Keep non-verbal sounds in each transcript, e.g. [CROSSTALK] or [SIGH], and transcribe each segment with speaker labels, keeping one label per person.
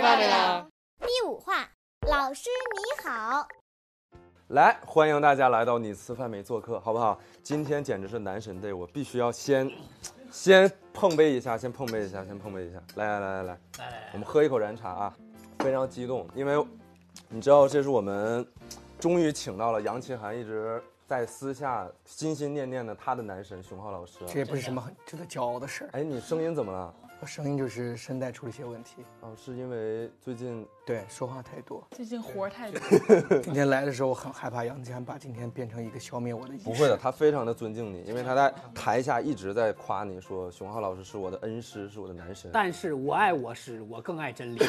Speaker 1: 爸爸啦！
Speaker 2: 第五话，老师你好。
Speaker 3: 来，欢迎大家来到你吃饭没做客，好不好？今天简直是男神 day，我必须要先， [CLEARS THROAT] 先碰杯一下，先碰杯一下，先碰杯一下。来来来来来，我们喝一口燃茶啊！非常激动，因为你知道这是我们终于请到了杨奇涵一直在私下心心念念的他的男神熊浩老师。啊
Speaker 4: 这也不是什么很值得骄傲的事儿。
Speaker 3: 哎，你声音怎么了？
Speaker 4: 我声音就是声带出了一些问题，
Speaker 3: 哦，是因为最近
Speaker 4: 对，说话太多。
Speaker 1: 最近活儿太多，
Speaker 4: 今天来的时候，我很害怕杨继安把今天变成一个消灭我的仪式。
Speaker 3: 不会的，，他非常的尊敬你，因为他在台下一直在夸你说熊浩老师是我的恩师，是我的男神。
Speaker 5: 但是我爱我师，我更爱真理，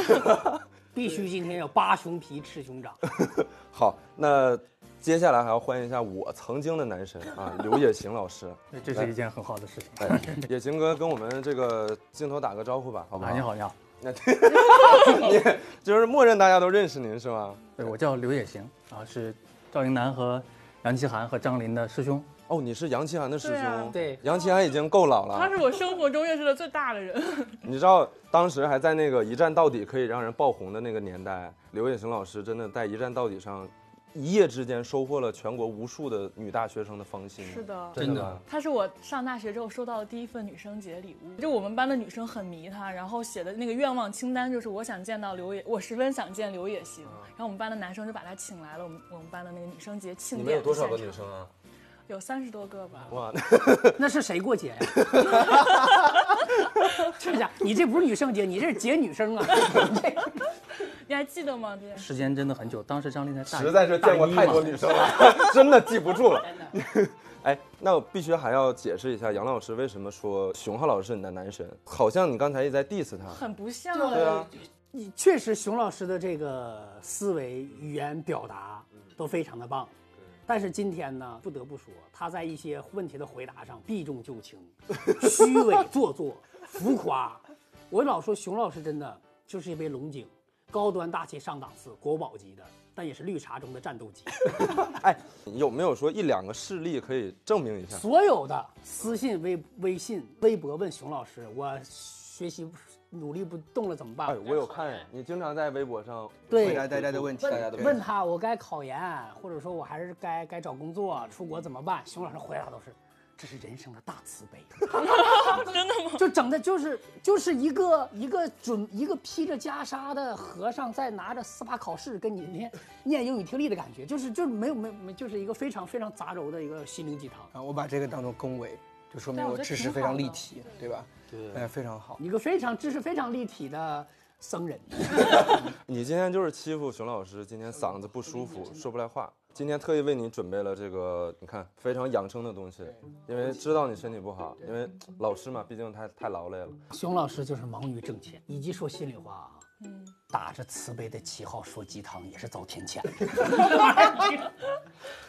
Speaker 5: 必须今天要扒熊皮吃熊掌。
Speaker 3: 好，那接下来还要欢迎一下我曾经的男神啊，刘也行老师。
Speaker 6: 这是一件很好的事情。
Speaker 3: 哎，也行哥跟我们这个镜头打个招呼吧，好不
Speaker 6: 啊，
Speaker 3: 好？
Speaker 1: 哎
Speaker 6: 你。好，你好，
Speaker 3: 那你就是默认大家都认识您是吗？
Speaker 6: 对我叫刘也行啊，是赵英男和杨奇涵和张琳的师兄。
Speaker 3: 哦，你是杨奇涵的师
Speaker 1: 对啊
Speaker 3: 兄。
Speaker 5: 对
Speaker 3: 杨奇涵已经够老
Speaker 1: 他
Speaker 3: 了
Speaker 1: 是。我生活中认识的最大的人。
Speaker 3: 你知道当时还在那个一站到底可以让人爆红的那个年代，刘也行老师真的在一站到底上，一夜之间收获了全国无数的女大学生的芳心。
Speaker 1: [LAUGHS] 是的
Speaker 3: 真
Speaker 5: 真的
Speaker 3: 吗
Speaker 1: 她是我上大学之后收到的第一份女生节礼物，就我们班的女生很迷她，然后写的那个愿望清单就是我想见到刘也，我十分想见刘也行。然后我们班的男生就把她请来了我们我们班的那个女生节庆
Speaker 3: 你
Speaker 1: 典。
Speaker 3: 们有多少个女？生啊？
Speaker 1: 有三十多个吧。
Speaker 3: 哇，
Speaker 5: 那是谁过节呀、 [LAUGHS] 是不是啊？你这不是女生节，你这是节女生啊！ [LAUGHS]
Speaker 1: 你还记得吗？对。
Speaker 6: 时间真的很久，当时张琳才大一
Speaker 3: 实在是见过太多女生了，真的记不住了。哎，那我必须还要解释一下，杨老师为什么说熊浩老师是你的男神？好像你刚才一直在 diss 他。
Speaker 1: 很不像
Speaker 3: 对啊，
Speaker 5: 你确实，熊老师的这个思维、语言表达
Speaker 3: 嗯
Speaker 5: 都非常的棒。但是今天呢，不得不说，他在一些问题的回答上避重就轻、 [LAUGHS] 虚伪做作、浮夸。我老说熊老师真的就是一杯龙井，高端大气上档次，国宝级的，但也是绿茶中的战斗
Speaker 3: [LAUGHS]
Speaker 5: 机。
Speaker 3: 哎，有没有说一两个事例可以证明一下？
Speaker 5: 所有的私信、微微信、微博问熊老师，我学习不努力不动了怎么办？
Speaker 3: 哎，我有看，你经常在微博上
Speaker 5: 对
Speaker 3: 回
Speaker 4: 回
Speaker 3: 答
Speaker 4: 答大家的问题，
Speaker 3: 大家的
Speaker 5: 问
Speaker 3: 题。
Speaker 5: 他我该考研，或者说我还是该该找工作，出国怎么办？熊老师回答都是，这是人生的大慈悲，
Speaker 1: [LAUGHS] 真的吗？
Speaker 5: [LAUGHS] 就整的就是就是一个一个准一个披着袈裟的和尚在拿着司法考试跟你念念英语听力的感觉，就是就是没有没有没有就是一个非常非常杂糅的一个心灵鸡汤，
Speaker 4: 啊，我把这个当做恭维，就说明
Speaker 1: 但我
Speaker 4: 我
Speaker 1: 觉得
Speaker 4: 知识
Speaker 1: 挺
Speaker 4: 非
Speaker 1: 好
Speaker 4: 常立
Speaker 1: 的
Speaker 4: 体，对吧？对，哎，非常好。
Speaker 5: 一个非常知识非常立体的僧人。
Speaker 3: 你今天就是欺负熊老师，今天嗓子不舒服，说不来话。今天特意为你准备了这个，你看非常养生的东西，因为知道你身体不好，因为老师嘛，毕竟太太劳累了。
Speaker 5: 熊老师就是忙于挣钱，以及说心里话啊，
Speaker 1: 嗯
Speaker 5: 打着慈悲的旗号说鸡汤也是遭天谴。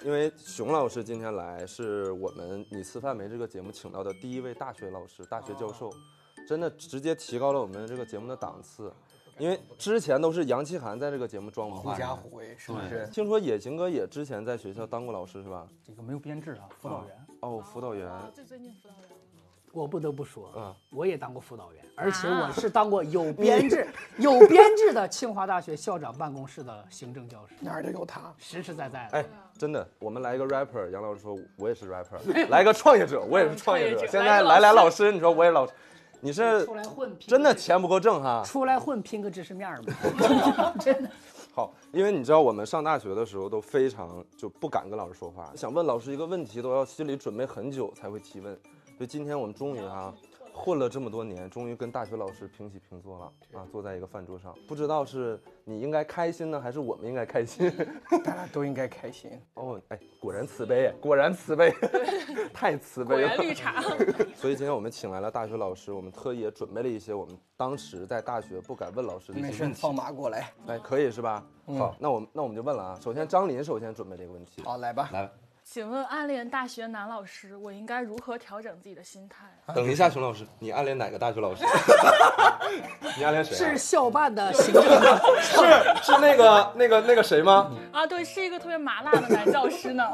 Speaker 3: 因为熊老师今天来是我们《你吃饭没》这个节目请到的第一位大学老师、大学教授，真的直接提高了我们这个节目的档次。因为之前都是杨奇涵在这个节目装文
Speaker 4: 狐
Speaker 3: 化
Speaker 4: 假
Speaker 3: 人，
Speaker 4: 虎威是不是？
Speaker 3: 听说野行哥也之前在学校当过老师是吧？
Speaker 6: 这个没有编制啊，辅导员。
Speaker 3: 哦，辅导员，
Speaker 1: 最最近辅导员。
Speaker 5: 我不得不说，
Speaker 3: 嗯
Speaker 5: 我也当过辅导员，而且我是当过有
Speaker 3: [LAUGHS]
Speaker 5: 编制、有编制的清华大学校长办公室的行政教师，
Speaker 4: 哪儿都有他。
Speaker 5: 实实在在的。
Speaker 3: 哎，真的，我们来一个 rapper，杨老师说我也是 rapper，来一个创业者，我也是创业者。
Speaker 1: 创业者
Speaker 3: 现在来来老师，你说我也老师，你是
Speaker 5: 出来混拼，
Speaker 3: 真的钱不够挣哈？
Speaker 5: 出来混拼个知识面
Speaker 3: [LAUGHS]
Speaker 5: 儿嘛，真的。
Speaker 3: 好，因为你知道我们上大学的时候都非常就不敢跟老师说话，想问老师一个问题都要心里准备很久才会提问。就今天我们终于啊，混了这么多年，终于跟大学老师平起平坐了啊，坐在一个饭桌上，不知道是你应该开心呢，还是我们应该
Speaker 1: [LAUGHS]
Speaker 3: 开心？
Speaker 4: 大家都应该开心。
Speaker 3: 哦，哎，果然慈悲，果然慈
Speaker 1: [LAUGHS]
Speaker 3: 悲，太慈
Speaker 1: 果
Speaker 3: 悲
Speaker 1: 然
Speaker 3: 了。
Speaker 1: 绿茶， [LAUGHS]
Speaker 3: 所以今天我们请来了大学老师，我们特意也准备了一些我们当时在大学不敢问老师的一
Speaker 4: 没
Speaker 3: 些
Speaker 4: 事，
Speaker 3: 问
Speaker 4: 你
Speaker 3: 题
Speaker 4: 放。马过来。
Speaker 3: 哎，可以是吧？好，那我们那我们就问了啊。首先张琳首先准备了一个问题，
Speaker 4: 好，来吧。
Speaker 3: 来，
Speaker 1: 请问暗恋大学男老师，我应该如何调整自己的心态？啊
Speaker 3: 等一下，熊老师，你暗恋哪个大学 [LAUGHS] 老师？你暗恋谁、啊
Speaker 5: 是校办的行政教师，
Speaker 3: 是是那个那个那个谁吗？
Speaker 1: 啊，对，是一个特别麻辣的男教师呢。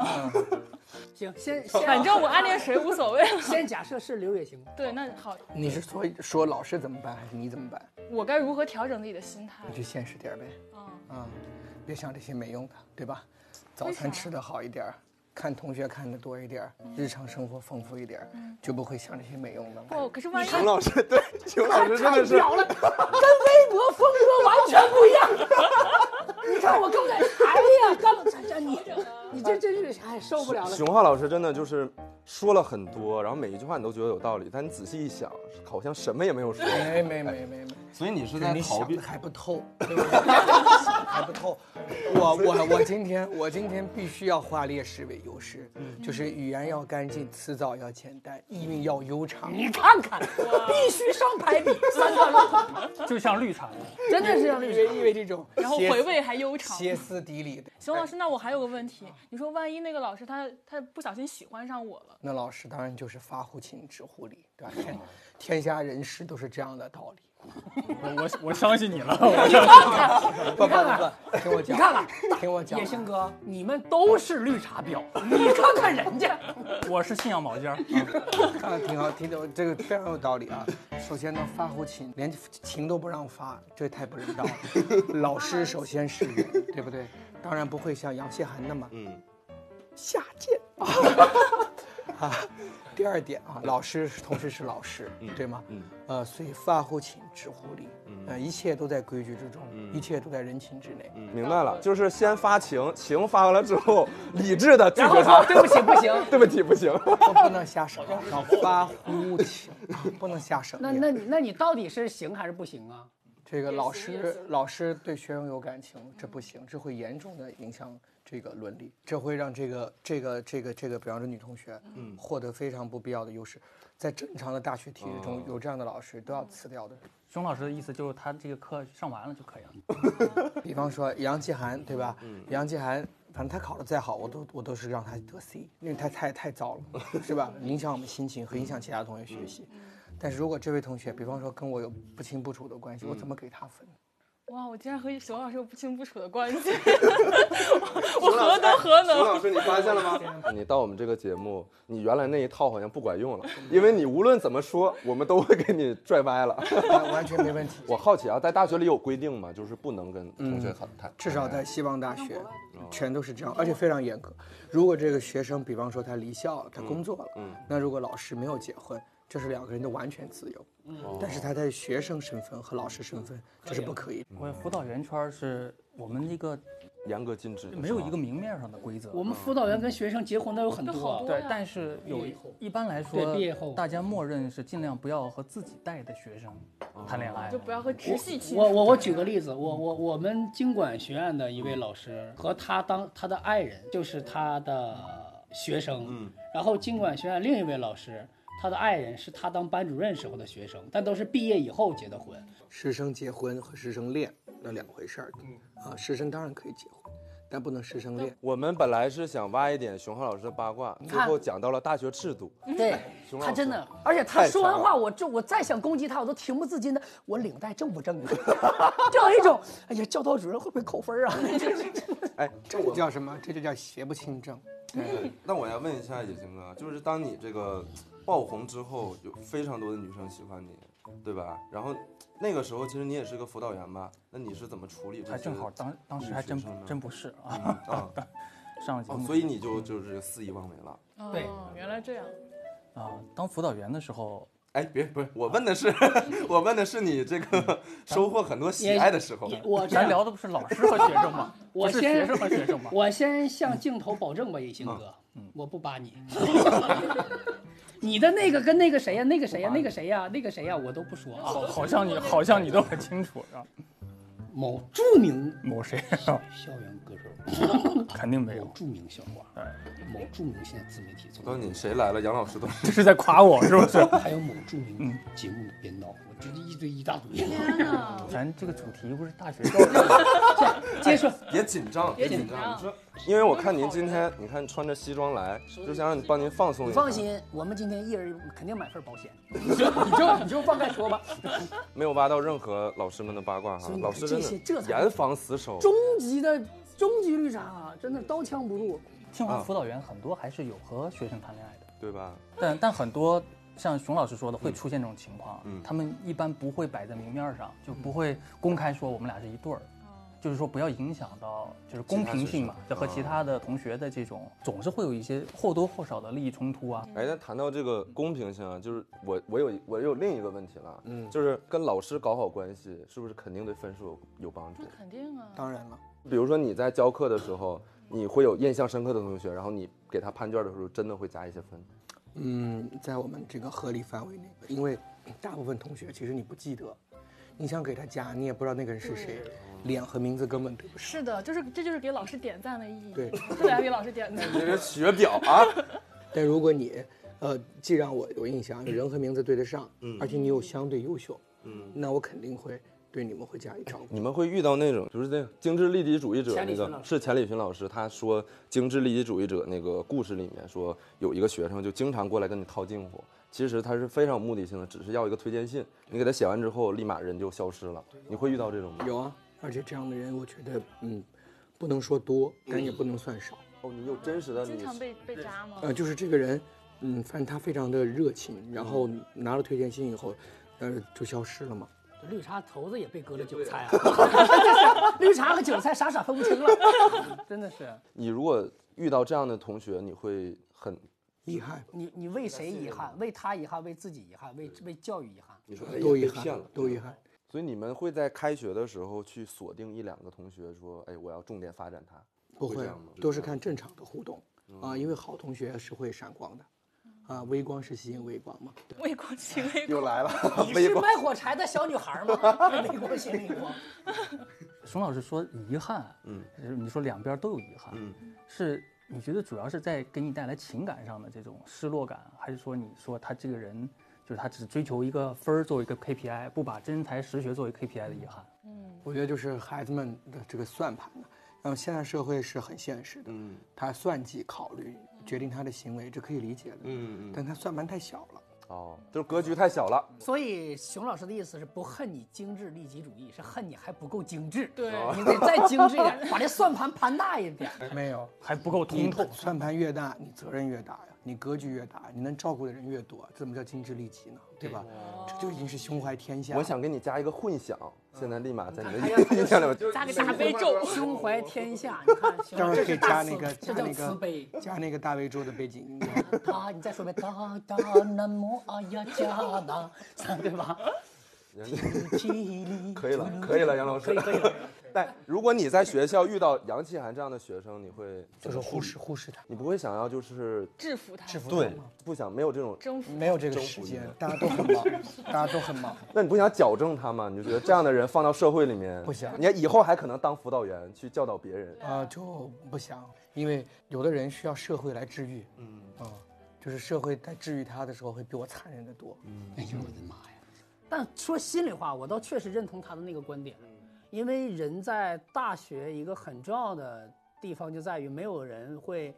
Speaker 5: 行， [LAUGHS] 先先
Speaker 1: 反正我暗恋谁无所谓了。 [LAUGHS]
Speaker 5: 先假设是刘也行，
Speaker 1: 对，那好，
Speaker 4: 你是说说老师怎么办，还是你怎么办？
Speaker 1: 我该如何调整自己的心态
Speaker 4: 你？就现实点儿呗，
Speaker 1: 嗯，
Speaker 4: 啊、别想这些没用的，对吧？早餐吃的好一点儿，看同学看的多一点儿，日常生活丰富一点儿，就不会想这些没用的了。
Speaker 1: 嗯哦不，可是万一
Speaker 3: 熊老师对 [LAUGHS] 熊老师真的是
Speaker 5: 了，跟微博风格完全不一样。 [LAUGHS] 你看我刚才，哎呀，刚才你你这真是哎受不了了。
Speaker 3: 熊浩老师真的就是说了很多，然后每一句话你都觉得有道理，但你仔细一想，好像什么也没有说。
Speaker 4: 没没没没没，
Speaker 3: 所以你是
Speaker 4: 你想的还不透，对不对还不透。我我我今天我今天必须要化劣势为优势，
Speaker 1: 嗯
Speaker 4: 就是语言要干净，词藻要简单，意韵要悠长。
Speaker 1: 嗯
Speaker 5: 你看看，必须上排 [LAUGHS] 比，三大论，
Speaker 6: 就像绿茶，
Speaker 4: 真的是让人因为这种，
Speaker 1: 然后回味还悠长。
Speaker 4: 歇哎斯底里的。
Speaker 1: 熊老师，那我还有个问题，你说万一那个老师他他不小心喜欢上我了，
Speaker 4: [LAUGHS] 那老师当然就是发乎情，止乎礼，对吧？天天下人士都是这样的道理。
Speaker 6: 我我我相信你了， [LAUGHS] 我
Speaker 4: 不不不不，听我
Speaker 5: 你
Speaker 4: 讲，
Speaker 5: 看看，
Speaker 4: 听我讲
Speaker 5: 野。性哥，你们都是绿茶 [LAUGHS] 婊，你看看人 [LAUGHS] 家，
Speaker 6: 我是信仰毛尖儿，啊
Speaker 4: 啊，挺好，听的这个非常有道理啊。首先呢，发乎情，连情都不让发，这太不人道
Speaker 3: [LAUGHS]
Speaker 4: 了。老师首先是人，对不对？当然不会像杨希涵那么
Speaker 3: 嗯，
Speaker 4: 下
Speaker 3: [LAUGHS]
Speaker 4: 贱啊。第二点啊，老师同时是老师，对吗？
Speaker 3: 嗯
Speaker 4: 呃，所以发乎情，止乎礼，
Speaker 3: 嗯
Speaker 4: 呃，一切都在规矩之中，一切都在人情之内。
Speaker 3: 明白了，就是先发情，情发完了之后，理智的拒
Speaker 5: 然后
Speaker 3: 绝
Speaker 5: 说
Speaker 3: 他。
Speaker 5: [LAUGHS] 对不起不行。
Speaker 3: 对不起，不行。
Speaker 4: 不能瞎省，啊
Speaker 3: [LAUGHS]
Speaker 4: 发乎情，啊不能瞎省。
Speaker 5: 那那你那你到底是行还是不行啊？
Speaker 4: 这个老师老师对学生有感情，这不行，这会严重的影响这个伦理，这会让这个这个这个这个，比方说女同学，嗯，获得非常不必要的优势。在正常的大学体育中，有这样的老师都要辞掉的。
Speaker 6: 熊老师的意思就是他这个课上完了就可以了。
Speaker 4: 比方说杨继涵，对吧？杨继涵，反正他考的再好，我都我都是让他得 C，因为他太太糟了，是吧？影响我们心情和影响其他同学学习。但是如果这位同学，比方说跟我有不清不楚的关系，我怎么给他分？
Speaker 1: 哇，我竟然和熊老师有不清不楚的关系，我我何德何能？
Speaker 3: 师，你发现了
Speaker 6: [LAUGHS]
Speaker 3: 吗？你到我们这个节目，你原来那一套好像不管用了，因为你无论怎么说，我们都会给你拽歪了。
Speaker 4: [LAUGHS]
Speaker 3: [LAUGHS]
Speaker 4: 完完全没问题。
Speaker 3: 我好奇啊，在大学里有规定吗？就是不能跟同学谈
Speaker 6: 嗯
Speaker 3: 谈。
Speaker 4: 至少在西方大学，全都是这样，而且非常严格。如果这个学生，比方说他离校了，他工作了，那如果老师没有结婚，这是两个人的完全自由。但是他在学生身份和老师身份，这是不可以的。
Speaker 6: 我辅导员圈儿是我们一个
Speaker 3: 严格禁止的。
Speaker 6: 没有
Speaker 3: 是吗
Speaker 6: 一个明面上的规则，
Speaker 5: 我们辅导员跟学生结婚的有很
Speaker 1: 有嗯好
Speaker 5: 多啊
Speaker 1: 多，
Speaker 6: 对，但是有
Speaker 5: 毕业以后
Speaker 6: 一般来
Speaker 5: 对
Speaker 6: 说
Speaker 5: 毕业后，
Speaker 6: 大家默认是尽量不要和自己带的学生谈恋
Speaker 5: 啊
Speaker 6: 爱
Speaker 1: 就。不要和直系亲
Speaker 5: 我我我举个例子，我我我们经管学院的一位老师和他当他的爱人就是他的学生，然后经管学院另一位老师，他的爱人是他当班主任时候的学生，但都是毕业以后结的婚。
Speaker 4: 师生结婚和师生恋那两回事儿的啊，师生当然可以结婚，但不能师生恋。
Speaker 3: 我们本来是想挖一点熊浩老师的八卦，最后讲到了大学制度。
Speaker 5: 对
Speaker 3: 熊老师
Speaker 5: 他真的，而且他说完
Speaker 3: 太
Speaker 5: 话，我就我再想攻击他，我都情不自禁的，我领带正不正啊？ [LAUGHS] 就有一种，哎呀，教导主任会不会扣分啊？ [LAUGHS]
Speaker 3: 哎，
Speaker 4: 这就叫什么？这就叫邪不侵正。
Speaker 3: [LAUGHS] 那我要问一下野行哥，就是当你这个爆红之后，有非常多的女生喜欢你，对吧？然后那个时候其实你也是个辅导员吧？那你是怎么处理这些？
Speaker 6: 还正好当当时还真
Speaker 3: 女学生呢
Speaker 6: 真不是啊，
Speaker 3: 啊、
Speaker 6: 上了节
Speaker 3: 哦
Speaker 6: 目，
Speaker 3: 所以你就就是肆意妄为了。
Speaker 5: 对
Speaker 1: 哦，原来这样。
Speaker 6: 啊，当辅导员的时候，
Speaker 3: 哎，别不是，我问的是， [LAUGHS] 我问的是你这个收获很多喜爱的时候。
Speaker 5: 我哦这
Speaker 6: 咱
Speaker 5: 样
Speaker 6: 聊的不是老师和学生吗？
Speaker 5: [LAUGHS] 我
Speaker 6: 不是
Speaker 5: 先
Speaker 6: 学生和学生吗？
Speaker 5: 我先向镜头保证吧，野星哥，我不扒你。 [LAUGHS] 你的那个跟那个谁呀、那个谁呀、那个谁呀、那个谁呀、我都不说啊。
Speaker 6: 好，好像你好像你都很清楚啊，
Speaker 5: 某著名
Speaker 6: 某谁
Speaker 3: 啊
Speaker 5: 校园歌手，
Speaker 6: 肯定没
Speaker 5: 某
Speaker 6: 有，
Speaker 5: 著名校花，某著名现在自媒体总
Speaker 3: 哎都
Speaker 5: 监，
Speaker 3: 你谁来了？杨老师都是。
Speaker 6: 这是在夸我是
Speaker 3: [LAUGHS]
Speaker 6: 不是？
Speaker 5: 还有某著
Speaker 3: 嗯
Speaker 5: 名节目的编导，我这一堆一大堆。
Speaker 6: 咱这个主题不是大学教
Speaker 3: 啊
Speaker 6: 育，
Speaker 5: 接着说，
Speaker 3: 别紧
Speaker 5: [LAUGHS]
Speaker 3: 张，别
Speaker 1: 紧张
Speaker 3: 你说，因为我看您今天，你看穿着西装来，就想让你帮您放松一
Speaker 5: 你
Speaker 3: 下。
Speaker 5: 放，心，我们今天一人肯定买份保险，你就你就放开说吧。
Speaker 3: 没有挖到任何老师们的八卦哈
Speaker 5: 所以。你
Speaker 3: 老
Speaker 5: 看
Speaker 3: 师
Speaker 5: 这
Speaker 3: 真
Speaker 5: 些
Speaker 3: 的
Speaker 5: 这才
Speaker 3: 严防死守。
Speaker 5: 终极的终极绿茶啊真的刀枪不入。
Speaker 6: 清华
Speaker 3: 啊
Speaker 6: 辅导员很多还是有和学生谈恋爱的，
Speaker 3: 对吧？
Speaker 6: 但但很多像熊老师说的会出现这种情况，
Speaker 3: 嗯
Speaker 6: 他们一般不会摆在明面儿上，就不会公开说我们俩是一对儿。就是说，不要影响到，就是公平性嘛
Speaker 3: 其他学生，啊
Speaker 6: 就和其他的同学的这种，总是会有一些或多或少的利益冲突啊。
Speaker 3: 哎，那谈到这
Speaker 5: 嗯
Speaker 3: 个公平性啊，就是我我有我有另一个问题了，嗯，就是跟老师搞好关系，是不是肯定对分数有有帮助
Speaker 1: 那？肯定啊，
Speaker 4: 当然了，
Speaker 3: 比如说你在教课的时候，你会有印象深刻的同学，然后你给他判卷的时候，真的会加一些分。
Speaker 4: 嗯，在我们这个合理范围内，因为大部分同学其实你不记得，你想给他加，你也不知道那个人是谁，脸和名字根本对不上。
Speaker 1: 是的，就是这就是给老师点赞的意义，
Speaker 4: 对
Speaker 1: 这俩给老师点赞。
Speaker 3: 这是学表啊，
Speaker 4: 但如果你，呃，既让我有印象，人和名字对得上，而且你又相对优秀，嗯，那我肯定会对你们会加以照顾。
Speaker 3: [LAUGHS] 你们会遇到那种，就是那个精致利己主义者
Speaker 5: 钱理
Speaker 3: 那
Speaker 5: 群
Speaker 3: 个
Speaker 5: 老，师
Speaker 3: 是钱理群老师他说精致利己主义者那个故事里面说，有一个学生就经常过来跟你套近乎，其实他是非常有目的性的，只是要一个推荐信，你给他写完之后，立马人就消失了。你会遇到这种吗？
Speaker 4: 有啊，而且这样的人，我觉得，嗯，不能说多，但也不能算少。
Speaker 3: 哦，你有真实的
Speaker 1: 经
Speaker 3: 你
Speaker 1: 常被被扎吗？
Speaker 4: 呃，就是这个人，嗯，反正他非常的热情，然后拿了推荐信以后，呃，就消失了嘛。
Speaker 5: 这绿茶头子也被割了韭菜啊！ [LAUGHS] 绿茶和韭菜傻傻分不清了，真的是。
Speaker 3: 你如果遇到这样的同学，你会很，
Speaker 4: 遗憾，
Speaker 5: 你你为谁遗憾？为他遗憾，为自己遗憾，为为教育遗憾。
Speaker 3: 你说
Speaker 4: 呃
Speaker 3: 哎
Speaker 4: 都遗憾，都
Speaker 3: 啊
Speaker 4: 遗憾。
Speaker 3: 所以你们会在开学的时候去锁定一两个同学，说，哎，我要重点发展他。
Speaker 4: 不
Speaker 3: 会这
Speaker 4: 会
Speaker 3: 样吗，嗯
Speaker 4: 都是看正常的互动啊，因为好同学是会闪光的，啊，微光是吸引微光嘛。
Speaker 1: 微光起微
Speaker 3: 又
Speaker 1: 光，
Speaker 3: 来了， [LAUGHS]
Speaker 5: 你
Speaker 3: 微
Speaker 5: 是
Speaker 3: 光。
Speaker 5: 卖火柴的小女孩吗？ [LAUGHS] 美国行美国，
Speaker 6: 熊老师说遗憾，
Speaker 3: 嗯
Speaker 6: 嗯，你说两边都有遗憾，
Speaker 3: 嗯
Speaker 6: 是你觉得主要是在给你带来情感上的这种失落感，还是说你说他这个人就是他只追求一个分儿作为一个 KPI，不把真才实学作为 KPI 的遗憾？
Speaker 4: 我觉得就是孩子们的这个算盘呢，然后现在社会是很现实的，
Speaker 3: 嗯
Speaker 4: 他算计考虑决定他的行为，这可以理解的，
Speaker 3: 嗯嗯。
Speaker 4: 但他算盘太小了。
Speaker 3: 哦，就是格局太小了。
Speaker 5: 所以熊老师的意思是不恨你精致利己主义，是恨你还不够精致。
Speaker 1: 对，
Speaker 5: 你得再精致一 [LAUGHS] 点，把这算盘盘大一点。
Speaker 4: 没有，
Speaker 6: 还不够通透。
Speaker 4: 算盘越大，你责任越大呀，你格局越大，你能照顾的人越多，这怎么叫精致利己呢？对吧？这就已经是胸怀天
Speaker 5: 嗯
Speaker 4: 下。
Speaker 3: 我想给你加一个混响，现在立马在你的
Speaker 5: 哎呀 [LAUGHS] 他就
Speaker 3: 印象里面就
Speaker 1: 加个大悲咒，
Speaker 5: 胸怀天下，你看，熊
Speaker 4: 待会
Speaker 5: 老师
Speaker 4: 儿可以加那个加
Speaker 5: 这叫
Speaker 4: 那
Speaker 5: 慈悲。
Speaker 4: 个加那个大悲咒的背景音乐。
Speaker 5: [LAUGHS] 他，啊你再说一遍，哒哒南无阿呀加 [LAUGHS] 那，对吧？霹雳
Speaker 3: 可以了，可以了，杨老师。
Speaker 5: 可以了。
Speaker 3: [LAUGHS] 但如果你在学校遇到杨奇涵这样的学生，你会
Speaker 4: 就是忽视忽视他，
Speaker 3: 你不会想要就是
Speaker 1: 制服他，
Speaker 3: 对，不想没有这种，
Speaker 1: 征服。
Speaker 4: 没有这个
Speaker 3: 征服
Speaker 4: 时
Speaker 3: 欲
Speaker 4: 间，大家都很忙， [LAUGHS] 大家都很忙。
Speaker 3: 那你不想矫正他吗？你就觉得这样的人放到社会里面
Speaker 4: 不想
Speaker 3: 你以后还可能当辅导员去教导别人。
Speaker 4: 啊、就不想，因为有的人需要社会来治愈，嗯啊、就是社会在治愈他的时候会比我残忍的多。
Speaker 5: 哎呦我的妈呀！但说心里话，我倒确实认同他的那个观点，因为人在大学一个很重要的地方就在于没有人会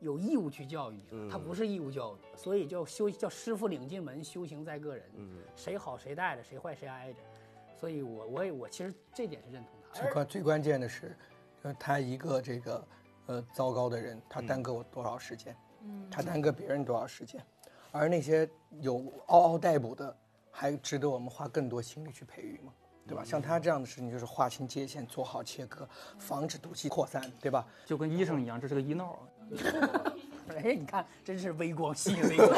Speaker 5: 有义务去教育你了，他不是义务教育，所以叫修叫师傅领进门，修行在个人，谁好谁带着，谁坏谁挨着，所以我我也我其实这点是认同他的。
Speaker 4: 最关最关键的是，就是他一个这个呃糟糕的人，他耽搁我多少时间？嗯，他耽搁别人多少时间？而那些有嗷嗷待哺的，还值得我们花更多心力去培育吗？对吧？像他这样的事情，就是划清界限，做好切割，防止毒气扩散，对吧？
Speaker 6: 就跟医生一样，这是个医闹。
Speaker 5: 哎，你看，真是微光系微光，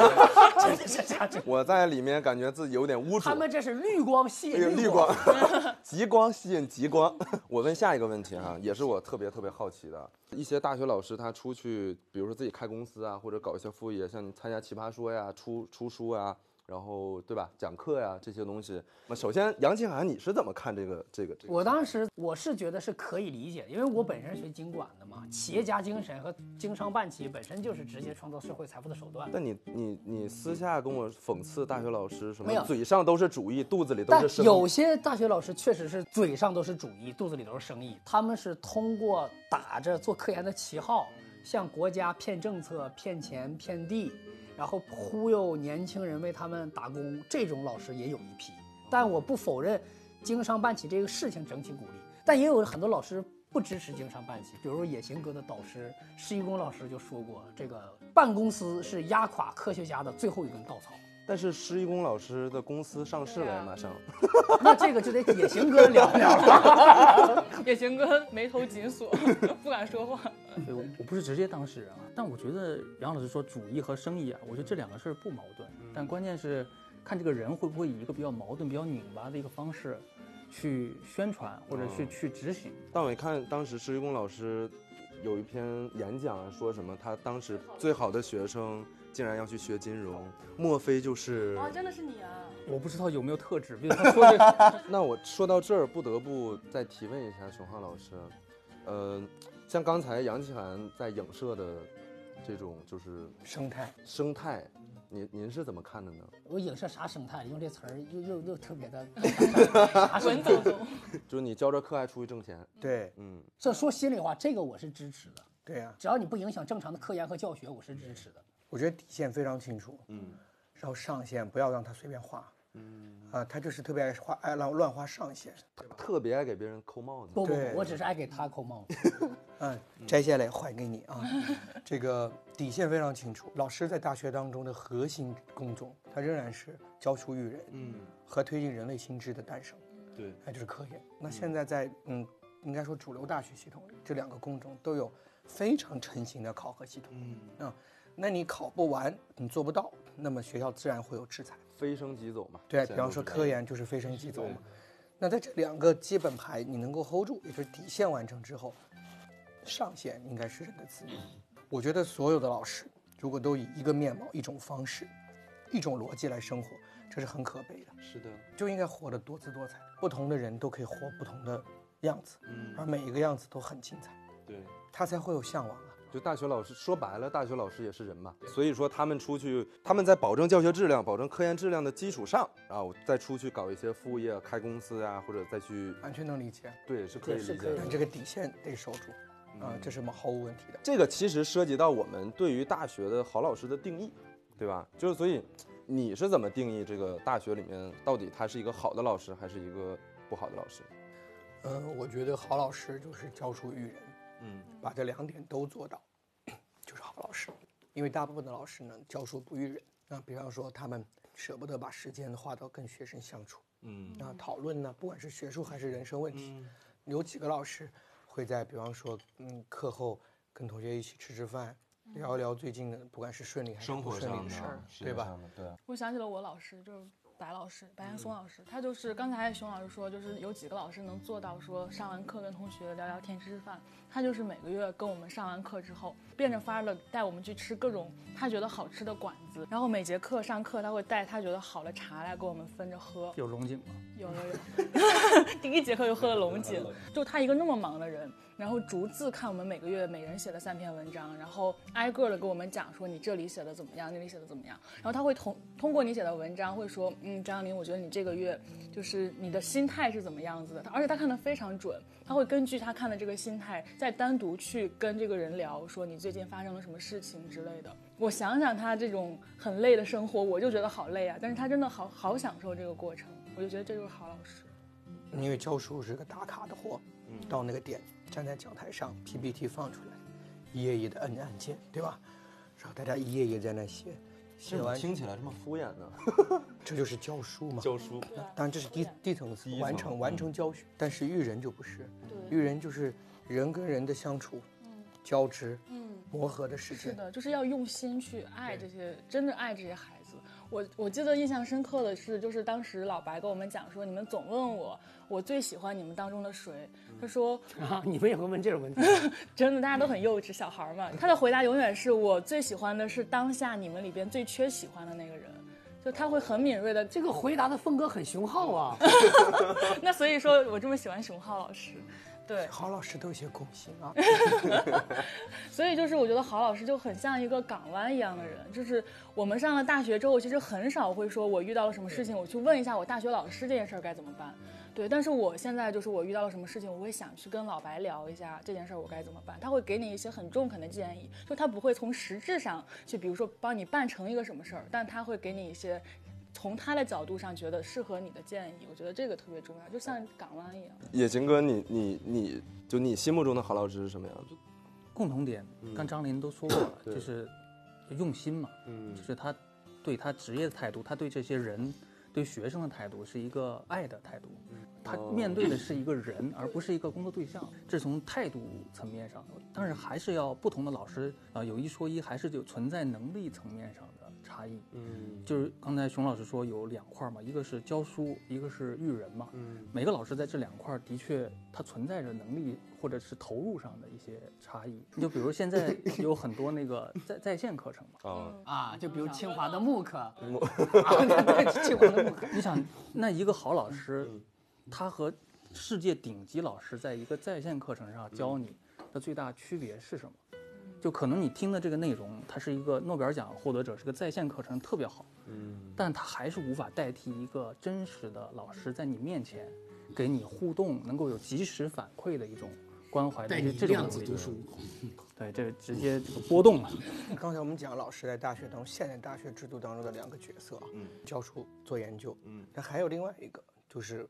Speaker 5: 真的是这样。
Speaker 3: 我在里面感觉自己有点污浊。
Speaker 5: 他们这是绿光系
Speaker 3: 哎呀，
Speaker 5: 绿
Speaker 3: 绿光，
Speaker 5: [LAUGHS]
Speaker 3: 极光吸引极光。 [LAUGHS] 我问下一个问题哈、也是我特别特别好奇的。一些大学老师他出去，比如说自己开公司啊，或者搞一些副业，像你参加《奇葩说》呀、出出书啊，然后对吧，讲课呀这些东西。那首先，杨清涵，你是怎么看这个这个这个？
Speaker 5: 我当时我是觉得是可以理解的，因为我本身是学经管的嘛，企业家精神和经商办企本身就是直接创造社会财富的手段。
Speaker 3: 但你你你私下跟我讽刺大学老师什么
Speaker 5: 没有，
Speaker 3: 嘴上都是主义，肚子里都
Speaker 5: 但
Speaker 3: 是生意。
Speaker 5: 有些大学老师确实是嘴上都是主义，肚子里都是生意。他们是通过打着做科研的旗号，向国家骗政策、骗钱、骗地，然后忽悠年轻人为他们打工。这种老师也有一批，但我不否认经商办企这个事情整体鼓励，但也有很多老师不支持经常办戏。比如说《野行歌》的导师施一公老师就说过，这个办公司是压垮科学家的最后一根稻草。 [LAUGHS]
Speaker 3: 但是施一公老师的公司上市
Speaker 1: 对
Speaker 3: 了，
Speaker 1: 啊
Speaker 3: 马上。
Speaker 5: 那这个就得《野行歌》聊聊了。
Speaker 1: [LAUGHS] 野行哥眉头紧锁， [LAUGHS] 不敢说话。
Speaker 6: 对，我我不是直接当事人啊，但我觉得杨老师说主义和生意啊，我觉得这两个事儿不矛盾，但关键是看这个人会不会以一个比较矛盾、比较拧巴的一个方式去宣传或者去、
Speaker 3: 嗯
Speaker 6: 去执行。
Speaker 3: 但我一看当时施一公老师有一篇演讲啊，说什么他当时最好的学生竟然要去学金融，莫非就是？
Speaker 1: 哦，真的是你啊！
Speaker 6: 我不知道有没有特指，比如他说这
Speaker 3: 那我说到这儿，不得不再提问一下熊浩老师，呃，像刚才杨奇涵在影射的这种就是
Speaker 4: 生态。
Speaker 3: 生态，您您是怎么看的呢？
Speaker 5: 我影射啥生态？用这词儿又又又特别 [LAUGHS] 的。
Speaker 1: 文总总，
Speaker 3: 就是你教这课还出去挣钱，
Speaker 4: 对
Speaker 3: 嗯，
Speaker 5: 这说心里话，这个我是支持的，
Speaker 4: 对呀、
Speaker 5: 只要你不影响正常的科研和教学，我是支持的。
Speaker 4: 我觉得底线非常清楚，
Speaker 3: 嗯，
Speaker 4: 然后上限不要让他随便画，嗯，啊，他就是特别爱画，爱乱乱画上限，
Speaker 3: 特别爱给别人扣帽子。
Speaker 5: 不不
Speaker 4: 对
Speaker 5: 不，我只是爱给他扣帽子。
Speaker 4: 嗯，摘下来还给你啊， [LAUGHS] 这个底线非常清楚。老师在大学当中的核心工种，他仍然是教书育人，嗯，和推进人类心智的诞生，
Speaker 3: 对，
Speaker 4: 那就是科研。那现在在嗯，应该说主流大学系统里，这两个工种都有非常成型的考核系统，嗯，啊，那你考不完，你做不到，那么学校自然会有制裁。
Speaker 3: 非升即走嘛。
Speaker 4: 对
Speaker 3: 现
Speaker 4: 比
Speaker 3: 在
Speaker 4: 方
Speaker 3: 都
Speaker 4: 说
Speaker 3: 是
Speaker 4: 科研就是非升即走嘛。那在这两个基本牌你能够 hold 住，也就是底线完成之后，上限应该是人的自由。
Speaker 3: 嗯
Speaker 4: 我觉得所有的老师如果都以一个面貌、一种方式、一种逻辑来生活，这是很可悲的。
Speaker 3: 是的，
Speaker 4: 就应该活得多姿多彩，不同的人都可以活不同的样子，
Speaker 3: 嗯
Speaker 4: 而每一个样子都很精彩，
Speaker 3: 对。
Speaker 4: 他才会有向往啊。
Speaker 3: 就大学老师说白了，大学老师也是人嘛，所以说他们出去，他们在保证教学质量、保证科研质量的基础上，然后再出去搞一些副业、开公司啊，或者再去，
Speaker 4: 完全能理解，
Speaker 3: 对，是可以
Speaker 5: 对是
Speaker 3: 理解
Speaker 5: 可以
Speaker 3: 的
Speaker 4: 但。这个底线得守住，啊、
Speaker 3: 嗯
Speaker 4: 这是毫无问题的。
Speaker 3: 这个其实涉及到我们对于大学的好老师的定义，对吧？就是所以你是怎么定义这个大学里面到底他是一个好的老师还是一个不好的老师？
Speaker 4: 嗯，我觉得好老师就是教书育人，
Speaker 3: 嗯，
Speaker 4: 把这两点都做到， [CLEARS THROAT] 就是好老师。因为大部分的老师呢，教书不育人。那比方说，他们舍不得把时间花到跟学生相处，
Speaker 3: 嗯
Speaker 4: 那讨论呢，不管是学术还是人生问题，有几个老师会在比方说，嗯，课后跟同学一起吃吃饭，聊一聊最近的，不管是顺利还是不顺利事儿，对吧？？
Speaker 3: 对，啊
Speaker 1: 我想起了我老师，就是白老师，白岩松老师，他就是刚才熊老师说，就是有几个老师能做到说上完课跟同学聊聊天、吃吃饭，他就是每个月跟我们上完课之后，变着法儿的带我们去吃各种他觉得好吃的馆子，然后每节课上课他会带他觉得好的茶来给我们分着喝，
Speaker 6: [LAUGHS] 有龙井吗？
Speaker 1: 有有有，第一节课就喝了龙井，就他一个那么忙的人，然后逐字看我们每个月每人写的三篇文章，然后挨个的给我们讲说你这里写的怎么样，那里写的怎么样，然后他会通通过你写的文章会说，嗯，张琳，我觉得你这个月就是你的心态是怎么样子的，而且他看的非常准，他会根据他看的这个心态，再单独去跟这个人聊，说你最近发生了什么事情之类的。我想想他这种很累的生活，我就觉得好累啊，但是他真的好好享受这个过程，我就觉得这就是好老师。
Speaker 4: 因为教书是个打卡的活，到那个点站在讲台上，PPT 放出来，一页页的摁按键，对吧？然后大家一页页在那写，写完
Speaker 3: 听起来这么敷衍呢？
Speaker 4: 这就是教书嘛。
Speaker 3: 教书，
Speaker 4: 当然这是低
Speaker 1: 啊
Speaker 4: 低层次
Speaker 3: 低，层嗯
Speaker 4: 完成完成教学。但是育人就不是，
Speaker 1: 嗯
Speaker 4: 育人就是人跟人的相处，交织，磨合的时
Speaker 1: 嗯是
Speaker 4: 间。
Speaker 1: 的，就是要用心去爱这些，真的爱这些孩子。我我记得印象深刻的是，就是当时老白跟我们讲说，你们总问我，我最喜欢你们当中的谁？他说，
Speaker 5: [LAUGHS] 啊，你们也会问这种问题？
Speaker 1: 真的，大家都很幼稚，小孩儿嘛。他的回答永远是我最喜欢的是当下你们里边最缺喜欢的那个人，就他会很敏锐的这
Speaker 5: [LAUGHS] 这个回答的风格很雄厚啊。
Speaker 1: 那所以说我这么喜欢熊浩老师，对，
Speaker 4: 好老师都有些共性
Speaker 1: [LAUGHS]
Speaker 4: 啊，
Speaker 1: 所以就是我觉得郝老师就很像一个港湾一样的
Speaker 5: 嗯
Speaker 1: 人，就是我们上了大学之后，其实很少会说我遇到了什么事情，我去问一下我大学老师这件事儿该怎么办。
Speaker 5: 嗯
Speaker 1: 对，但是我现在就是我遇到了什么事情，我会想去跟老白聊一下这件事儿我该怎么办，他会给你一些很中肯的建议，就他不会从实质上去，比如说帮你办成一个什么事儿，但他会给你一些从他的角度上觉得适合你的建议，我觉得这个特别重要，就像港湾一样。
Speaker 3: 野行哥，你你你就你心目中的好老师是什么样子？
Speaker 6: 共同点，刚张琳都说过了，就是用心嘛，
Speaker 3: 嗯
Speaker 6: 就是他对他职业的态度，他对这些人、对学生的态度是一个爱的态度，他
Speaker 3: 哦
Speaker 6: 面对的是一个人，而不是一个工作对象。这是从态度层面上的，但是还是要不同的老师啊、有一说一，还是有存在能力层面上的差异。
Speaker 3: 嗯
Speaker 6: 就是刚才熊老师说有两块嘛，一个是教书，一个是育人嘛。
Speaker 3: 嗯
Speaker 6: 每个老师在这两块儿的确，它存在着能力或者是投入上的一些差异。你就比如现在有很多那个在在线课程嘛，
Speaker 3: 啊，
Speaker 5: 啊，就比如清华的木课，啊
Speaker 3: 木
Speaker 5: 对， [LAUGHS] 清华的木课，
Speaker 6: 你想，那一个好老师，他和世界顶级老师在一个在线课程上教你的最大区别是什么？就可能你听的这个内容，它是一个诺贝尔奖获得者，是个在线课程特别好，
Speaker 3: 嗯
Speaker 6: 但它还是无法代替一个真实的老师在你面前给你互动，能够有及时反馈的一种关怀的
Speaker 5: 带
Speaker 6: 这
Speaker 5: 你
Speaker 6: 这种
Speaker 5: 量
Speaker 6: 能
Speaker 5: 子
Speaker 6: 力
Speaker 5: 读书，
Speaker 6: 对，这直接这个波动了。
Speaker 4: 刚才我们讲老师在大学当中现代大学制度当中的两个角色，
Speaker 3: 嗯
Speaker 4: 嗯，教书做研究，
Speaker 3: 嗯
Speaker 4: 那还有另外一个就是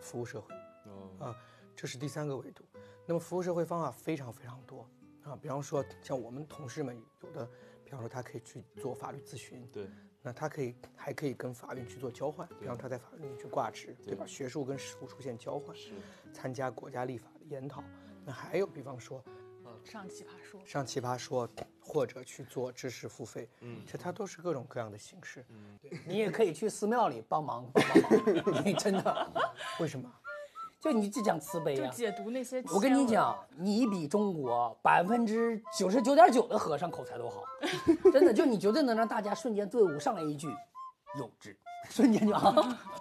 Speaker 4: 服务社会，
Speaker 3: 哦
Speaker 4: 啊，这是第三个维度。那么服务社会方法非常非常多啊，比方说像我们同事们有的，比方说他可以去做法律咨询，
Speaker 3: 对，
Speaker 4: 那他可以还可以跟法律去做交换，比方他在法律去挂职，对吧？学术跟实务出现交换，
Speaker 3: 是
Speaker 4: 参加国家立法的研讨。那还有比方说
Speaker 1: 上奇葩说，
Speaker 4: 上奇葩说，或者去做知识付费，
Speaker 3: 嗯
Speaker 4: 这它都是各种各样的形式。
Speaker 5: 你也可以去寺庙里帮忙帮帮忙， [LAUGHS] 你真的，
Speaker 4: 为什么？
Speaker 5: 就你就讲慈悲啊
Speaker 1: 就
Speaker 5: 哎呀、
Speaker 1: 解读那些。
Speaker 5: 我跟你，讲，你比中国百分之九十九点九的和尚口才都好，真的，就你绝对能让大家瞬间队伍上来一句“有志”，瞬间就啊，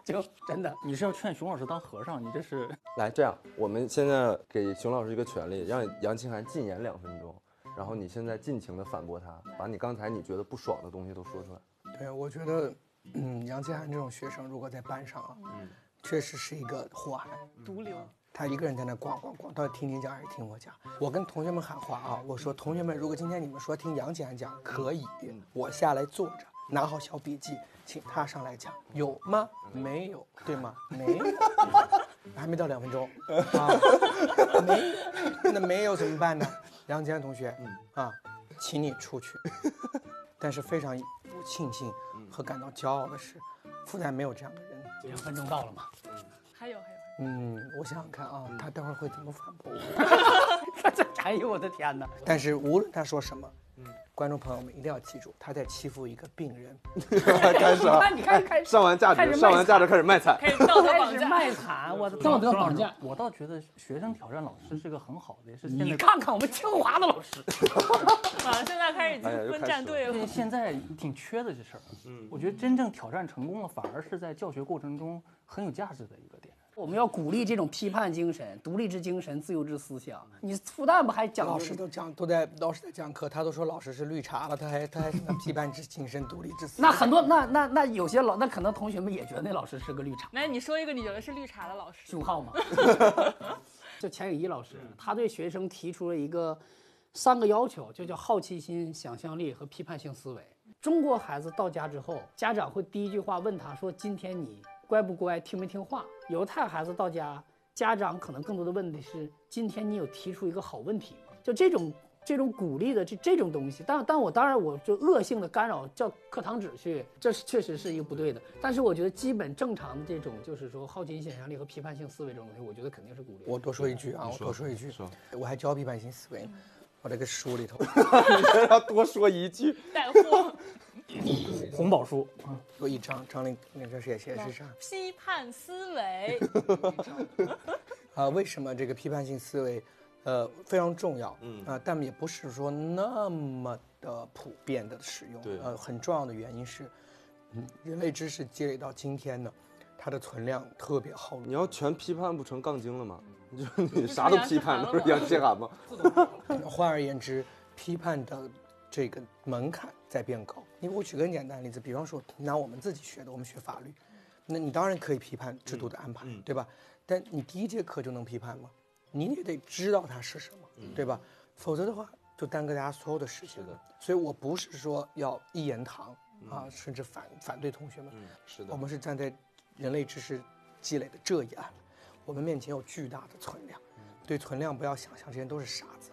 Speaker 5: 就真的。 [LAUGHS]
Speaker 6: 你是要劝熊老师当和尚？你这是
Speaker 3: 来这样，我们现在给熊老师一个权利，让杨清涵禁言两分钟，然后你现在尽情的反驳他，把你刚才你觉得不爽的东西都说出来。
Speaker 4: 对，我觉得，嗯，杨奇涵这种学生如果在班上啊，
Speaker 3: 嗯
Speaker 4: 确实是一个祸害。
Speaker 1: 毒瘤。
Speaker 5: 嗯
Speaker 4: 他一个人在那逛逛逛，到底听你讲还是听我讲？我跟同学们喊话啊，我说同学们，如果今天你们说听杨姐讲可以，我下来坐着，拿好小笔记，请他上来讲，有吗？没有，对吗？没有， [LAUGHS] 还没到两分钟啊，没，那没有怎么办呢？杨杰同学，啊，请你出去。但是非常庆幸和感到骄傲的是，复旦没有这样的人。
Speaker 5: 两分钟到了嘛？
Speaker 1: 还有还有，
Speaker 4: 嗯，我想想看啊，他待会儿会怎么反驳我？
Speaker 5: 哎呦我的天哪！
Speaker 4: 但是无论他说什么，观众朋友们一定要记住，他在欺负一个病人。
Speaker 3: 开始啊，
Speaker 5: 你看，开始
Speaker 3: 上完价
Speaker 5: 开始
Speaker 3: 值，
Speaker 5: 卖
Speaker 3: 上完价值开始卖惨。
Speaker 1: 开始道德
Speaker 5: 开
Speaker 1: 绑
Speaker 5: 始
Speaker 1: 架。
Speaker 5: 卖
Speaker 6: [LAUGHS]
Speaker 5: 惨， [LAUGHS] 我的道德绑架。
Speaker 6: 我倒觉得学生挑战老师是个很好的，也是现
Speaker 5: 你
Speaker 6: 在
Speaker 5: 看看我们清华的老师，
Speaker 1: 啊，现在开始已
Speaker 3: 哎呀又
Speaker 1: 经分
Speaker 3: 开
Speaker 1: 战
Speaker 3: 始
Speaker 1: 队了。
Speaker 6: 对现在挺缺的这事儿。嗯，我觉得真正挑战成功了，反而是在教学过程中很有价值的一个点。
Speaker 5: 我们要鼓励这种批判精神、独立之精神、自由之思想。你复旦不还讲
Speaker 4: 老师都讲都在老师在讲课，他都说老师是绿茶了，他还他还是那批判之精神、独立之思。
Speaker 5: 那很多那那那有些老那可能同学们也觉得那老师是个绿茶
Speaker 1: 来，你说一个你觉得是绿茶的老师，
Speaker 5: 熊浩嘛。就钱雨一老师，他对学生提出了一个三个要求，就叫好奇心、想象力和批判性思维。中国孩子到家之后，家长会第一句话问他说：“今天你乖不乖，听没听话？”犹太孩子到家，家长可能更多的问的是：“今天你有提出一个好问题吗？”就这种这种鼓励的这这种东西，但但我当然我就恶性的干扰叫课堂秩序，这是确实是一个不对的。但是我觉得基本正常的这种就是说好奇心、想象力和批判性思维这种东西，我觉得肯定是鼓励的。
Speaker 4: 我多说一句啊，我多说一句，我还教批判性思维呢，我这个书 [LAUGHS] 里头，
Speaker 3: [LAUGHS] 要多说一句，
Speaker 1: 带货
Speaker 6: 红宝书，
Speaker 4: 有一章，章里那这写写是啥？
Speaker 1: 批判思维，
Speaker 4: 啊，为什么这个批判性思维，呃，非常重要？嗯啊，但也不是说那么的普遍的使用。
Speaker 3: 对
Speaker 4: 呃，很重要的原因是，嗯，人类知识积累到今天呢，它的存量特别厚。
Speaker 3: 你要全批判不成杠精了吗？你就你啥都批判，都是杨清涵吗？
Speaker 4: 换而言之，批判的这个门槛在变高。因为我举个简单的例子，比方说拿我们自己学的，我们学法律，那你当然可以批判制度的安排，对吧？但你第一节课就能批判吗？你也得知道它是什么，对吧？否则的话，就耽搁大家所有的事情。所以我不是说要一言堂，啊，甚至反反对同学们。
Speaker 3: 嗯，是
Speaker 4: 我
Speaker 3: 的，
Speaker 4: 们是站在人类知识积累的这一岸，我们面前有巨大的存量，
Speaker 3: 嗯
Speaker 4: 对存量不要想象这些人都是傻子，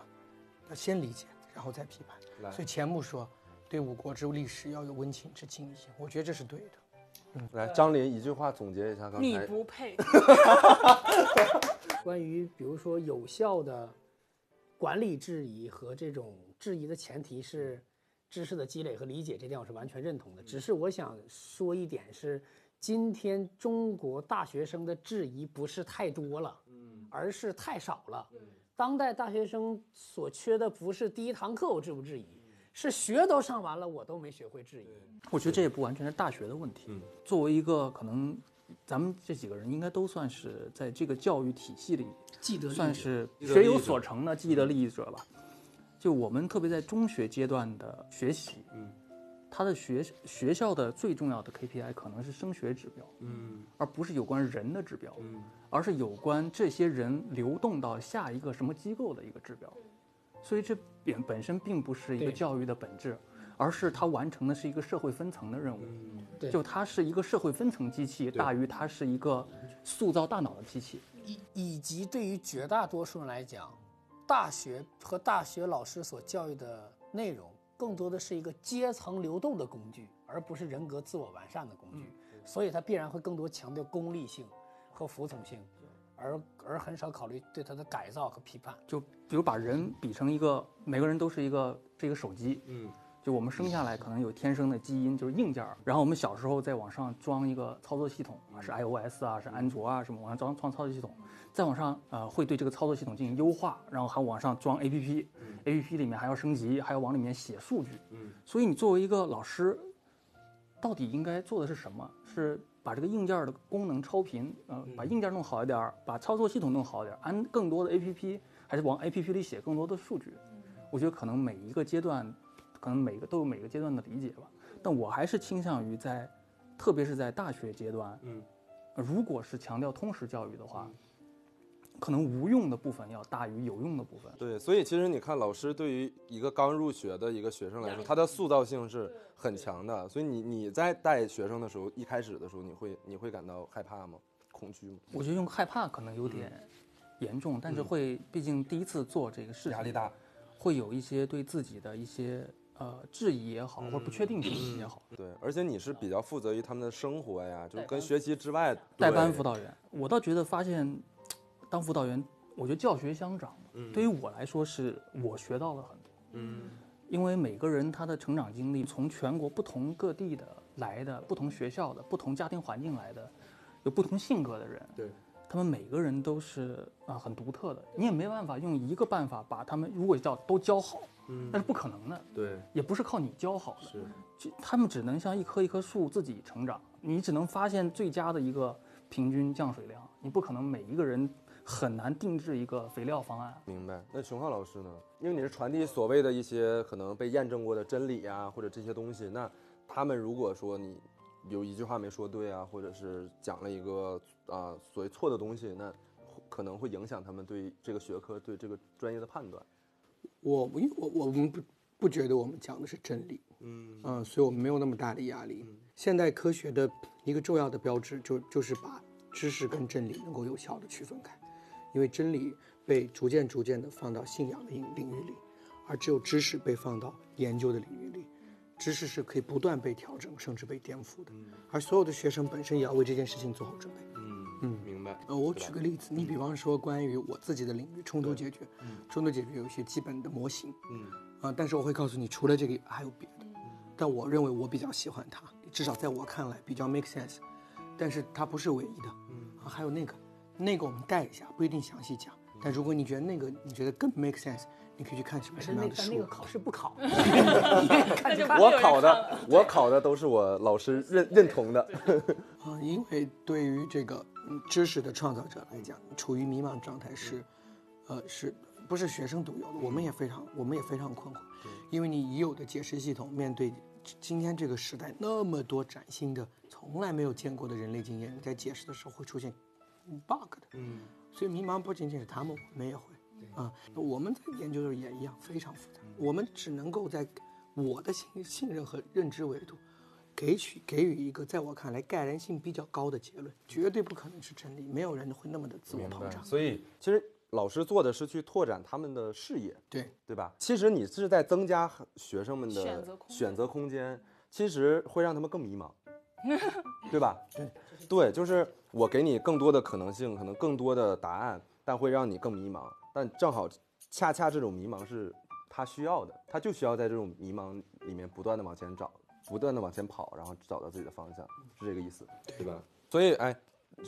Speaker 4: 要先理解，然后再批
Speaker 3: 来
Speaker 4: 判。所以钱穆说，对五国之历史要有温情之敬意，我觉得这是对的。
Speaker 3: 来张琳一句话总结一 [LAUGHS] 下刚
Speaker 1: 你
Speaker 3: 才，
Speaker 1: 不
Speaker 3: [LAUGHS]
Speaker 1: 配。
Speaker 5: 关于比如说有效的管理质疑和这种质疑的前提是知识的积累和理解，这点我是完全认同的。只是我想说一点是，今天中国大学生的质疑不是太多了，而是太少了。当代大学生所缺的不是第一堂课我质不质疑，是学都上完了我都没学会质疑。
Speaker 6: 我觉得这也不完全是大学的问
Speaker 3: 嗯
Speaker 6: 题。作为一个可能，咱们这几个人应该都算是在这个教育体系里，
Speaker 5: 记得
Speaker 6: 算是
Speaker 3: 得利
Speaker 6: 学
Speaker 3: 益者嗯
Speaker 6: 有所成的既得利益者吧。就我们特别在中学阶段的学习，嗯，他的学学校的最重要的 KPI 可能是升学指标，
Speaker 3: 嗯
Speaker 6: 而不是有关人的指标，
Speaker 3: 嗯
Speaker 6: 而是有关这些人流动到下一个什么机构的一个指标。
Speaker 3: 嗯
Speaker 6: 所以这本本身并不是一个
Speaker 5: 对
Speaker 6: 教育的本质，而是它完成的是一个社会分层的任务。
Speaker 3: 嗯，
Speaker 5: 对
Speaker 6: 就它是一个社会分层机器，大于它是一个塑造大脑的机器。
Speaker 5: 以以及对于绝大多数人来讲，大学和大学老师所教育的内容，更多的是一个阶层流动的工具，而不是人格自我完善的工具。所以它必然会更多强调功利性和服从性，而而很少考虑对它的改造和批判。
Speaker 6: 就比如把人比成一个，每个人都是一个这个手机，
Speaker 3: 嗯，
Speaker 6: 就我们生下来可能有天生的基因，就是硬件儿，然后我们小时候再往上装一个操作系统啊，是
Speaker 3: 嗯
Speaker 6: iOS 啊，是安卓啊什么，往上装装操作系统，再往上呃会对这个操作系统进行优化，然后还往上装 APP，APP、APP 里面还要升级，还要往里面写数据，
Speaker 3: 嗯，
Speaker 6: 所以你作为一个老师，到底应该做的是什么？是把这个硬件儿的功能超频，呃，把硬件儿弄好一点儿，把操作系统弄好一点儿，安更多的 APP，还是往 APP 里写更多的数据？我觉得可能每一个阶段，可能每个都有每个阶段的理解吧。但我还是倾向于在，特别是在大学阶段，
Speaker 3: 嗯
Speaker 6: 呃，如果是强调通识教育的话，可能无用的部分要大于有用的部分。
Speaker 3: 对，所以其实你看，老师对于一个刚入学的一个学生来说，他的塑造性是很强的。所以你你在带学生的时候，一开始的时候，你会你会感到害怕吗？恐惧吗？
Speaker 6: 我觉得用害怕可
Speaker 3: 嗯
Speaker 6: 能有点严重，但是会，毕竟第一次做这个事情，
Speaker 3: 压力大，
Speaker 6: 会有一些对自己的一些呃质疑也好，或者
Speaker 3: 嗯
Speaker 6: 不确定性也好。
Speaker 3: 对，而且你是比较负责于他们的生活呀，就是
Speaker 1: 代班
Speaker 3: 跟学习之外，
Speaker 6: 代班
Speaker 3: 对
Speaker 6: 辅导员，我倒觉得发现嗯当辅导员，我觉得教学相长，
Speaker 3: 嗯
Speaker 6: 对于我来说是我学到了很多。因为每个人他的成长经历，从全国不同各地的来的、不同学校的、不同家庭环境来的，有不同性格的人，
Speaker 3: 对，
Speaker 6: 他们每个人都是啊、很独特的，你也没办法用一个办法把他们如果叫都教好，嗯，那是不可能的，
Speaker 3: 对，
Speaker 6: 也不是靠你教好的，
Speaker 3: 是
Speaker 6: 就他们只能像一棵一棵树自己成长，你只能发现最佳的一个平均降水量，你不可能每一个人很难定制一个肥料方案。
Speaker 3: 明白。那熊浩老师呢？因为你是传递所谓的一些可能被验证过的真理呀、或者这些东西，那他们如果说你有一句话没说对啊，或者是讲了一个啊、所谓错的东西，那会可能会影响他们对这个学科、对这个专业的判断。
Speaker 4: 我我我我们不不觉得我们讲的是真理，
Speaker 3: 嗯
Speaker 4: 嗯，所以我们没有那么大的压力。现代科学的一个重要的标志就就是把知识跟真理能够有效的区分开，因为真理被逐渐逐渐的放到信仰的领领域里，而只有知识被放到研究的领域里。知识是可以不断被调整，甚至被颠覆的，而所有的学生本身也要为这件事情做好准备。
Speaker 3: 嗯嗯，明白。
Speaker 4: 呃，我
Speaker 3: 对吧嗯
Speaker 4: 举个例子，你比方说关于我自己的领域冲突解决，冲突解决有一些基本的模型，
Speaker 3: 嗯
Speaker 4: 啊、但是我会告诉你，除了这个以外还有别的，但我认为我比较喜欢它，至少在我看来比较 make sense，但是它不是唯一的，
Speaker 3: 嗯
Speaker 4: 啊，还有那个，那个我们带一下，不一定详细讲，但如果你觉得那个你觉得更 make sense，你可以去看什么什
Speaker 5: 是
Speaker 4: 么
Speaker 5: 那
Speaker 4: 样的
Speaker 5: 但
Speaker 4: 书，
Speaker 5: 那个考试不考，
Speaker 1: 那就不会有
Speaker 3: 我
Speaker 1: 人
Speaker 3: 考
Speaker 1: 看
Speaker 3: 的
Speaker 1: 了，
Speaker 3: 我考的都是我老师认认同的。
Speaker 4: 啊，因为对于这个嗯知识的创造者来讲，处于迷茫状态是，呃，是不是学生独有的？我们也非常，我们也非常困惑，因为你已有的解释系统面对今天这个时代那么多崭新的、从来没有见过的人类经验，你在解释的时候会出现 bug 的，
Speaker 3: 嗯，
Speaker 4: 所以迷茫不仅仅是他们，我们也会。啊，我们在研究的时候也一样，非常复杂。我们只能够在我的信信任和认知维度，给取给予一个在我看来盖然性比较高的结论，绝对不可能是真理，没有人会那么的自我膨胀。
Speaker 3: 所以其实老师做的是去拓展他们的视野，
Speaker 4: 对，
Speaker 3: 对吧？其实你是在增加学生们的
Speaker 1: 选择空间
Speaker 3: 选择空间，其实会让他们
Speaker 1: [LAUGHS]
Speaker 3: 更迷茫，对吧？对，对，就是我给你更多的可能性，可能更多的答案，但会让你更迷茫。但正好，恰恰这种迷茫是他需要的，他就需要在这种迷茫里面不断的往前找，不断的往前跑，然后找到自己的方向，是这个意思，对吧？所以，哎，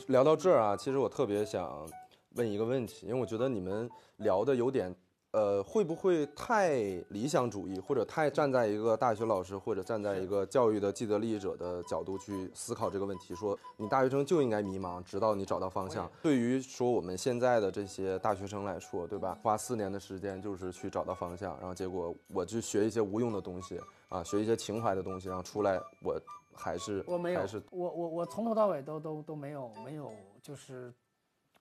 Speaker 3: 聊到这儿啊，其实我特别想问一个问题，因为我觉得你们聊的有点，呃，会不会太理想主义，或者太站在一个大学老师或者站在一个教育的既得利益者的角度去思考这个问题？说你大学生就应该迷茫，直到你找到方向。对于说我们现在的这些大学生来说，对吧？花四年的时间就是去找到方向，然后结果我去学一些无用的东西啊，学一些情怀的东西，然后出来我还是
Speaker 5: 我没有
Speaker 3: 还是，
Speaker 5: 我我我从头到尾都都都没有没有就是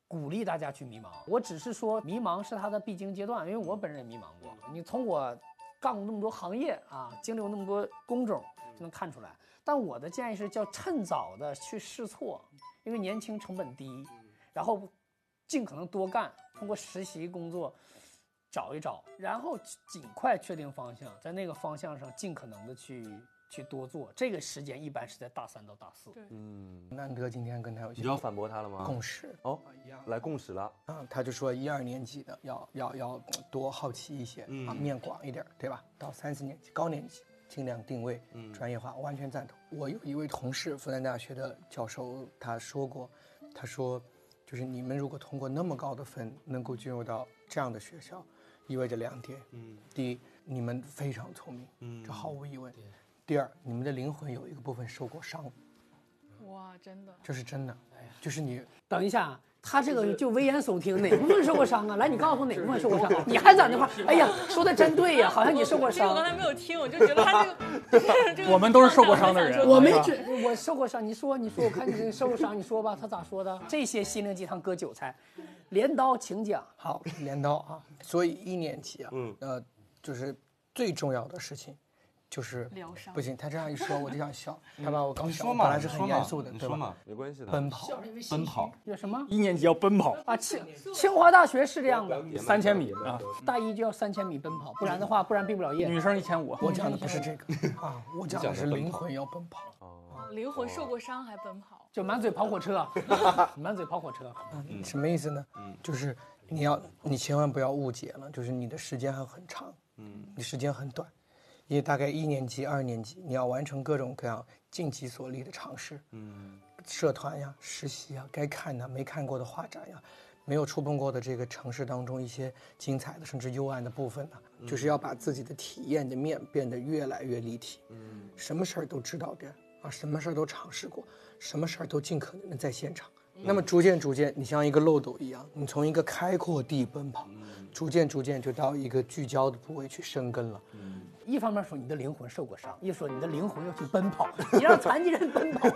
Speaker 5: 鼓励大家去迷茫，我只是说迷茫是他的必经阶段，因为我本人也迷茫过。
Speaker 3: 嗯
Speaker 5: 你从我干过那么多行业啊，经历过那么多工种，
Speaker 3: 嗯
Speaker 5: 就能看出来。但我的建议是叫趁早的去试错，因为年轻成本低，
Speaker 3: 嗯
Speaker 5: 然后尽可能多干，通过实习工作找一找，然后尽快确定方向，在那个方向上尽可能的去去多做。这个时间一般是在大三到大四。
Speaker 3: 嗯，
Speaker 4: 难得今天跟他有一
Speaker 3: 你
Speaker 4: 些
Speaker 3: 要反驳他了吗？
Speaker 4: 共识
Speaker 3: 哦，
Speaker 4: 一样
Speaker 3: 来共识了。
Speaker 4: 啊，他就说一二年级的要要要多好奇一些、啊，
Speaker 3: 嗯
Speaker 4: 面广一点儿，对吧？到三四年级高年级尽量定位，
Speaker 3: 嗯
Speaker 4: 专业化，完全赞同。我有一位同事，复旦大学的教授，他说过，他说，就是你们如果通过那么高的分能够进入到这样的学校，意味着两点：
Speaker 3: 嗯
Speaker 4: 第一，你们非常聪明，
Speaker 3: 嗯
Speaker 4: 这毫无疑问；第二，你们的灵魂有一个部分受过伤，
Speaker 1: 哇，真的，
Speaker 4: 这是真的，
Speaker 3: 哎
Speaker 4: 就是你
Speaker 5: 等一下，他这个就危言耸听， [LAUGHS] 哪部分受过伤啊？来，你告诉我哪部分受过伤？你还在那块儿？哎呀，说的真对呀，好像你受过
Speaker 1: 这个我刚
Speaker 5: 伤。
Speaker 1: 才没有听，我就觉得他这个 [LAUGHS] 这个，
Speaker 6: 我们都是受过伤的人
Speaker 5: 我没
Speaker 1: 有。
Speaker 5: 觉，我受过伤。你说，你说，我看你受过伤，你说吧，他咋说的？这些心灵鸡汤割韭菜，镰刀请讲。
Speaker 4: 好，镰刀啊。所以一年级啊，
Speaker 3: 嗯
Speaker 4: 呃，就是最重要的事情，就是
Speaker 1: 疗伤
Speaker 4: 不行，他这样一说我就
Speaker 3: [LAUGHS]
Speaker 4: 想笑，他把我搞
Speaker 3: 你
Speaker 4: 笑，
Speaker 3: 说
Speaker 4: 我本
Speaker 3: 嘛，
Speaker 4: 来
Speaker 3: 你
Speaker 4: 是
Speaker 3: 说
Speaker 4: 很
Speaker 3: 嘛，
Speaker 4: 严肃的，
Speaker 3: 你
Speaker 4: 对
Speaker 3: 说
Speaker 4: 吧？
Speaker 5: 啊
Speaker 3: 嘛，没关系的。
Speaker 4: 奔跑，
Speaker 3: 奔跑，
Speaker 5: 有什么
Speaker 6: 一年级要奔跑
Speaker 5: 啊？清清华大学是这样的，
Speaker 6: 三千米啊，
Speaker 5: 大一就要嗯三千米奔跑，不然的话，不然毕不了业。
Speaker 6: 女生一千五，
Speaker 4: 我讲的不是这
Speaker 3: [LAUGHS]
Speaker 4: 个啊，我讲的
Speaker 3: 讲的
Speaker 4: 是
Speaker 3: 奔
Speaker 4: 灵
Speaker 3: 跑
Speaker 4: 魂要奔跑。
Speaker 3: 哦
Speaker 1: 灵魂受过伤还奔跑，
Speaker 5: 就满嘴跑火车， [LAUGHS] 满嘴跑火车。
Speaker 4: 什么意思呢？就是你要你千万不要误解了，就是你的时间还很长，嗯，你时间很短，也大概一年级、二年级，你要完成各种各样尽己所力的尝试，嗯，社团呀、实习呀、该看的、没看过的画展呀。没有触碰过的这个城市当中一些精彩的甚至幽暗的部分呢、就是要把自己的体验的面变得越来越立体。嗯，什么事儿都知道点儿啊，什么事儿都尝试过，什么事儿都尽可能的在现场。那么逐渐逐渐，你像一个漏斗一样，你从一个开阔地奔跑，逐渐逐渐就到一个聚焦的部位去生根了。
Speaker 5: 一方面说你的灵魂受过伤，一说你的灵魂要去奔 [LAUGHS] 跑，你让残疾人奔 [LAUGHS] 跑，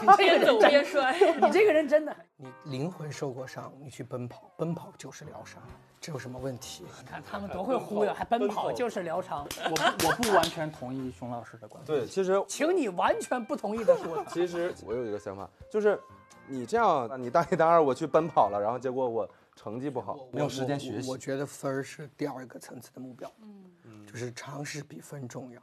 Speaker 5: 你这个
Speaker 1: 边
Speaker 5: 人
Speaker 1: 走
Speaker 5: 真
Speaker 1: 边
Speaker 5: 的，
Speaker 1: 摔。
Speaker 5: 你这个人真的，
Speaker 4: 你灵魂受过伤，你去奔跑，奔跑就是疗伤，这有什么问题？
Speaker 5: 你看他们多会忽悠，还奔跑就是疗伤，
Speaker 6: 我不我不完全同意熊老师的观点。
Speaker 3: 对，其实
Speaker 5: 请你完全不同意的说，
Speaker 3: 其实我有一个想法，就是你这样，你大一大二我去奔跑了，然后结果我成绩不好，没有时间学
Speaker 4: 我我
Speaker 3: 习。
Speaker 4: 觉得分儿是第二个层次的目标，嗯，就是尝试比分重要，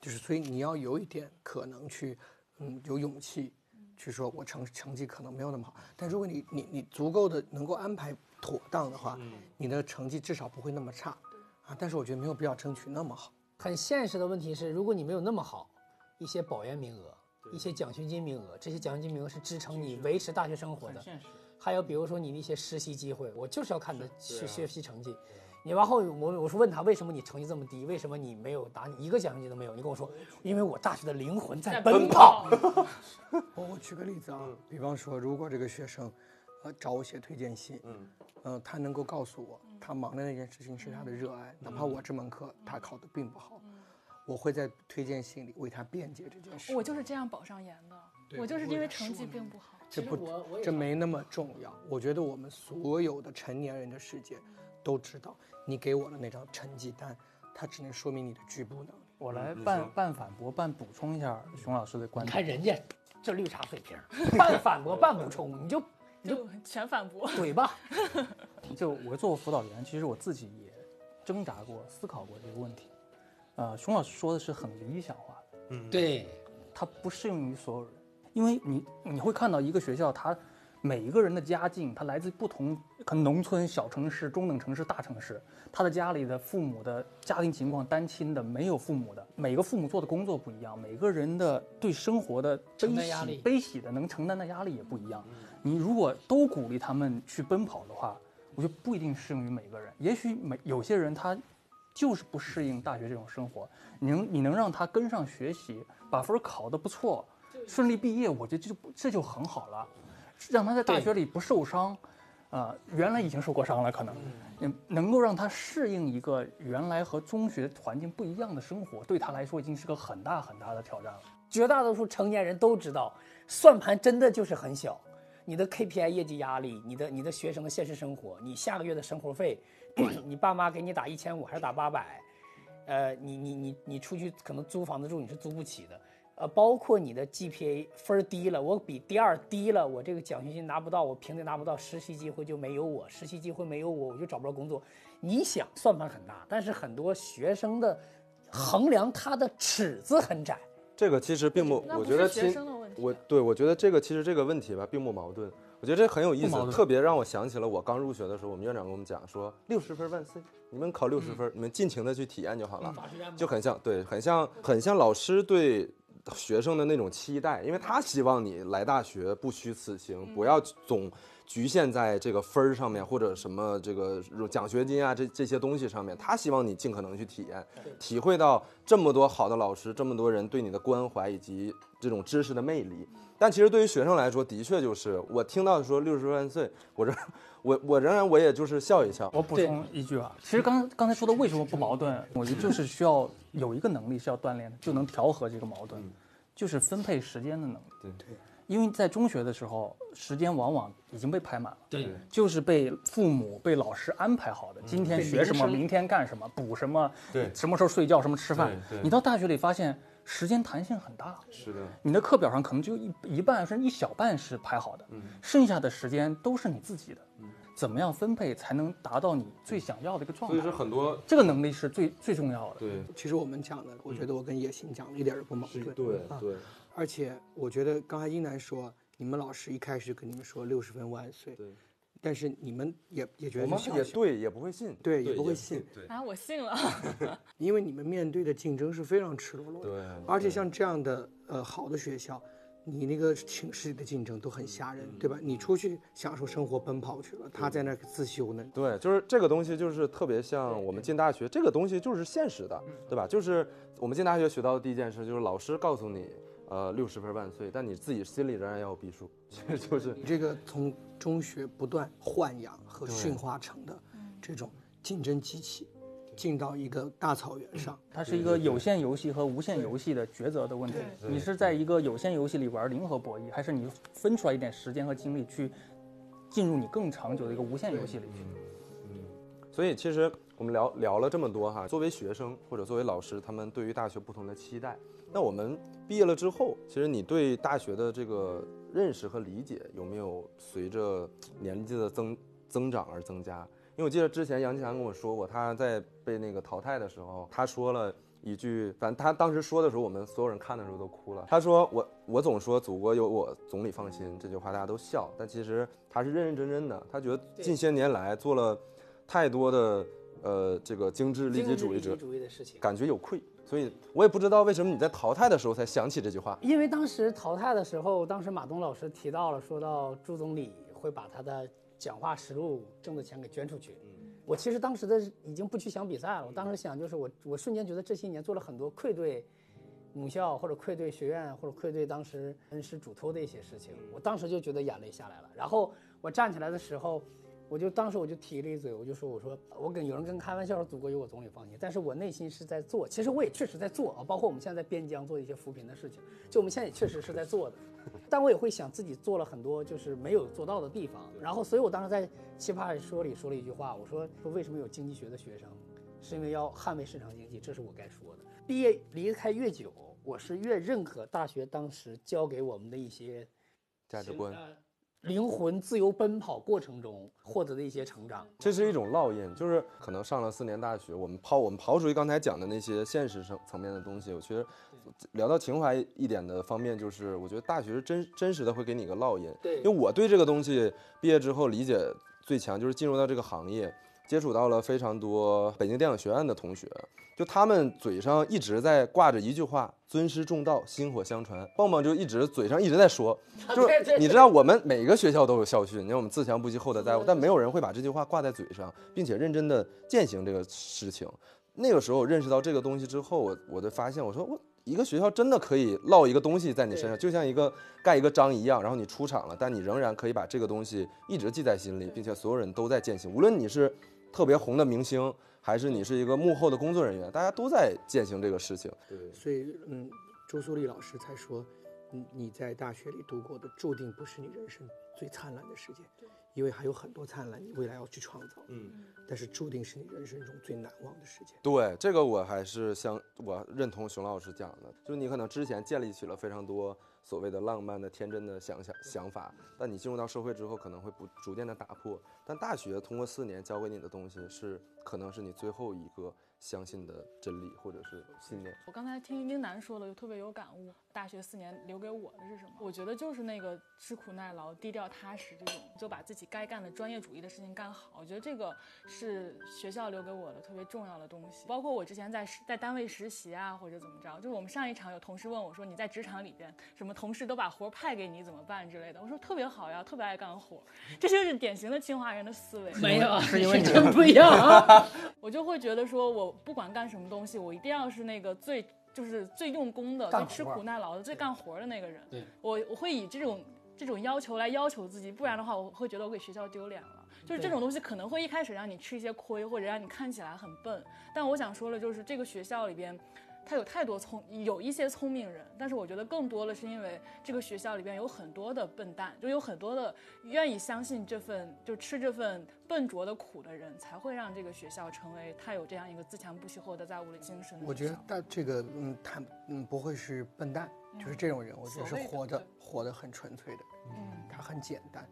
Speaker 4: 就是所以你要有一点可能去，嗯，有勇气去说，我成成绩可能没有那么好，但如果你你你足够的能够安排妥当的话，
Speaker 3: 嗯
Speaker 4: 你的成绩至少不会那么差，啊，但是我觉得没有必要争取那么好。
Speaker 5: 很现实的问题是，如果你没有那么好，一些保研名额、一些奖学金名额，这些奖学金名额是支撑你维持大学生活的。还有比如说你的一些实习机会，我就是啊要看你的学学习成绩。你完后，我我是问他为什么你成绩这么低，为什么你没有拿你一个奖学金都没有？你跟我说，因为我大学的灵魂在奔跑。
Speaker 4: 我我举个例子啊，比方说，如果这个学生，呃，找我写推荐信，嗯，呃，他能够告诉我，
Speaker 5: 嗯
Speaker 4: 他忙的那件事情是他的热爱，哪怕我这门课他考的并不好，
Speaker 5: 嗯
Speaker 4: 我会在推荐信里为他辩解这件
Speaker 1: [LAUGHS]
Speaker 4: 事。
Speaker 1: 我就是这样保上研的，我就是因为成绩并不好。
Speaker 4: 这不
Speaker 5: 其实我我，也
Speaker 4: 这没那么重要。我觉得我们所有的成年人的世界，都知道，你给我的那张成绩单，它只能说明你的局部能力。
Speaker 7: 我
Speaker 3: 嗯
Speaker 7: 来
Speaker 3: 你说
Speaker 7: 半半反驳半补充一下熊老师的观
Speaker 5: 你
Speaker 7: 点
Speaker 5: 看。人家这绿茶水平，半反驳半补充，你就
Speaker 1: 就全反驳。
Speaker 5: 怼吧。
Speaker 7: 就我做过辅导员，其实我自己也挣扎过、思考过这个问题。呃，熊老师说的是很理想化的，
Speaker 5: 对，
Speaker 7: 它不适用于所有人，因为你你会看到一个学校，它每一个人的家境，他来自不同，可能农村、小城市、中等城市、大城市，他的家里的父母的家庭情况，单亲的，没有父母的，每个父母做的工作不一样，每个人的对生活的
Speaker 5: 承
Speaker 7: 悲
Speaker 5: 担压力
Speaker 7: 喜悲喜的能承担的压力也不一样。你如果都鼓励他们去奔跑的话，我觉得不一定适用于每个人。也许每有些人他就是不适应大学这种生活，你能你能让他跟上学习，把分儿考得不错，顺利毕业，我觉得这就这就很好了，让他在大
Speaker 5: 对
Speaker 7: 学里不受伤。呃，原来已经受过伤了，可能，嗯，能够让他适应一个原来和中学环境不一样的生活，对他来说已经是个很大很大的挑战了。
Speaker 5: 绝大多数成年人都知道，算盘真的就是很小。你的 KPI 业绩压力，你的你的学生的现实生活，你下个月的生活费， [CLEARS THROAT] 你爸妈给你打一千五还是打八百，呃，你你你你出去可能租房子住你是租不起的，呃，包括你的 GPA 分儿低了，我比第二低了，我这个奖学金拿不到，我评定拿不到，实习机会就没有我，实习机会没有我，我就找不着工作。你想算盘很大，但是很多学生的衡量他的尺子很窄。
Speaker 3: 这个其实并不，
Speaker 1: 那
Speaker 3: 我
Speaker 1: 不
Speaker 3: 觉
Speaker 1: 是
Speaker 3: 得
Speaker 1: 学
Speaker 3: 其
Speaker 1: 生的问题
Speaker 3: 我
Speaker 1: 啊
Speaker 3: 对我觉得这个其实这个问题吧，并不矛盾。我觉得这很有意
Speaker 7: 不矛
Speaker 3: 思，
Speaker 7: 盾
Speaker 3: 特别让我想起了我刚入学的时候，我们院长跟我们讲说，六十分万岁，你们考六十分，你们尽情的去体验就好了，就很像对，很像很像老师对学生的那种期待，因为他希望你来大学不虚此行，
Speaker 1: 嗯
Speaker 3: 不要总局限在这个分儿上面或者什么这个奖学金啊这这些东西上面，他希望你尽可能去体验，体会到这么多好的老师，这么多人对你的关怀以及这种知识的魅力。但其实对于学生来说，的确就是我听到说六十万岁，我这我我仍然我也就是笑一笑。
Speaker 7: 我补充一句啊，其实刚刚才说的为什么不矛盾，我觉得就是需要有一个能力是要锻炼的，就能调和这个矛盾，就是分配时间的能力。
Speaker 3: 嗯对对，
Speaker 7: 因为在中学的时候，时间往往已经被排满了，
Speaker 5: 对
Speaker 7: 就是被父母、被老师安排好的，今天嗯学什么，
Speaker 5: 对
Speaker 7: 明天干什么，补什么，
Speaker 3: 对
Speaker 7: 什么时候睡觉，什么吃饭
Speaker 3: 对。对
Speaker 7: 你到大学里发现时间弹性很大，
Speaker 3: 是的，
Speaker 7: 你的课表上可能就一一半甚至一小半是排好
Speaker 3: 嗯
Speaker 7: 的，剩下的时间都是你自己的。怎么样分配才能达到你最想要的一个状
Speaker 3: 所以
Speaker 7: 态
Speaker 3: 是？很多
Speaker 7: 这个能力是最最重要的。
Speaker 3: 对
Speaker 4: 其实我们讲的，我觉得我跟野心讲的一点儿都不矛
Speaker 3: 嗯对
Speaker 4: 盾。啊
Speaker 3: 对
Speaker 4: 而且我觉得刚才英楠说，你们老师一开始跟你们说六十分万岁，
Speaker 3: 对，
Speaker 4: 但是你们也也
Speaker 3: 我
Speaker 4: 觉得
Speaker 3: 们
Speaker 4: 是笑
Speaker 3: 也
Speaker 4: 笑，
Speaker 3: 对也不会信，
Speaker 4: 对也不会信
Speaker 3: 对
Speaker 1: 啊，我信了。
Speaker 4: 因为你们面对的竞争是非常赤裸裸的。
Speaker 3: 对，
Speaker 4: 而且像这样的呃好的学校，你那个寝室里的竞争都
Speaker 3: 嗯
Speaker 4: 很吓人，对吧？你出去享受生活奔跑去了，他在那儿自修呢。
Speaker 3: 对，就是这个东西，就是特别像我们进大学，这个东西就是现实的，对吧？就是我们进大学学到的第一件事，就是老师告诉你，呃，六十分万岁，但你自己心里仍然要有逼数， [LAUGHS] 就是
Speaker 4: 你这个从中学不断豢养和驯化成的这种竞争机器，进到一个大草原上，
Speaker 7: 它是一个有限游戏和无限游戏的抉择的问题。你是在一个有限游戏里玩零和博弈，还是你分出来一点时间和精力去进入你更长久的一个无限游戏里去？
Speaker 3: 嗯所以其实我们聊聊了这么多哈，作为学生或者作为老师，他们对于大学不同的期待。那我们毕业了之后，其实你对大学的这个认识和理解有没有随着年纪的增增长而增加？因为我记得之前杨奇涵跟我说过，他在被那个淘汰的时候，他说了一句，反正他当时说的时候，我们所有人看的时候都哭了。他说我我总说祖国有我，总理放心这句话大家都笑，但其实他是认认真真的，他觉得近些年来做了。太多的呃这个精致利己主义者，
Speaker 5: 主义的事情。
Speaker 3: 感觉有愧，所以我也不知道为什么你在淘汰的时候才想起这句话。
Speaker 5: 因为当时淘汰的时候，当时马东老师提到了，说到朱总理会把他的讲话实录挣的钱给捐出去。我其实当时的已经不去想比赛了，我当时想就是我我瞬间觉得这些年做了很多愧对母校或者愧对学院或者愧对当时恩师嘱托的一些事情，我当时就觉得眼泪下来了。然后我站起来的时候，我就当时我就提了一嘴，我就说我说我跟有人跟开玩笑说祖国有我总理放心，但是我内心是在做，其实我也确实在做啊，包括我们现在在边疆做一些扶贫的事情，就我们现在也确实是在做的，但我也会想自己做了很多就是没有做到的地方，然后所以我当时在《奇葩说》里说了一句话，我说说为什么有经济学的学生是因为要捍卫市场经济，这是我该说的。毕业离开越久，我是越认可大学当时教给我们的一些
Speaker 3: 价值观，
Speaker 5: 呃灵魂自由奔跑过程中获得的一些成长。
Speaker 3: 这是一种烙印，就是可能上了四年大学，我们抛我们刨除于刚才讲的那些现实层层面的东西，我觉得聊到情怀一点的方面，就是我觉得大学是真真实的会给你一个烙印，
Speaker 5: 对
Speaker 3: 因为我对这个东西毕业之后理解最强，就是进入到这个行业，接触到了非常多北京电影学院的同学，就他们嘴上一直在挂着一句话：尊师重道，薪火相传。棒棒就一直嘴上一直在
Speaker 5: [LAUGHS]
Speaker 3: 说，就
Speaker 5: 对对
Speaker 3: 是
Speaker 5: 对
Speaker 3: 你知道我们每个学校都有校训，你看我们自强不息，厚德载物，但没有人会把这句话挂在嘴上，并且认真的践行这个事情。那个时候我认识到这个东西之后，我我就发现，我说我一个学校真的可以烙一个东西在你身上，就像一个盖一个章一样，然后你出场了，但你仍然可以把这个东西一直记在心里，并且所有人都在践行，无论你是特别红的明星，还是你是一个幕后的工作人员，大家都在践行这个事情。
Speaker 4: 所以，嗯，周苏丽老师才说，你你在大学里度过的注定不是你人生最灿烂的时间，因为还有很多灿烂你未来要去创造。嗯，但是注定是你人生中最难忘的时间。
Speaker 3: 对，这个我还是相我认同熊老师讲的，就是你可能之前建立起了非常多所谓的浪漫的、天真的想想想法，但你进入到社会之后，可能会不逐渐的打破。但大学通过四年教给你的东西是，可能是你最后一个相信的真理或者是信念。
Speaker 1: 我刚才听英楠说了，就特别有感悟。大学四年留给我的是什么？我觉得就是那个吃苦耐劳、低调踏实这种，就把自己该干的专业主义的事情干好。我觉得这个是学校留给我的特别重要的东西。包括我之前在实在单位实习啊，或者怎么着，就是我们上一场有同事问我说：“你在职场里边，什么同事都把活儿派给你，怎么办之类的？”我说：“特别好呀，特别爱干活儿。”这就是典型的清华人的思维。
Speaker 5: 没有，啊是因为真不一样啊！
Speaker 1: [LAUGHS] 我就会觉得说，我不管干什么东西，我一定要是那个最就是最用功的、
Speaker 5: 干
Speaker 1: 最
Speaker 5: 活
Speaker 1: 吃苦耐劳的、最干活的那个人。
Speaker 5: 对
Speaker 1: 我我会以这种这种要求来要求自己，不然的话，我会觉得我给学校丢脸了。就是这种东西可能会一开始让你吃一些亏，或者让你看起来很笨。但我想说的就是这个学校里边。它有太多聪，有一些聪明人，但是我觉得更多的是因为这个学校里边有很多的笨蛋，就有很多的愿意相信这份就吃这份笨拙的苦的人，才会让这个学校成为它有这样一个自强不息、厚德载物的精神的学校。
Speaker 4: 我觉得大这个，嗯，他嗯不会是笨蛋，就是这种人，我觉得是活嗯的活的很纯粹的，嗯，他很简单。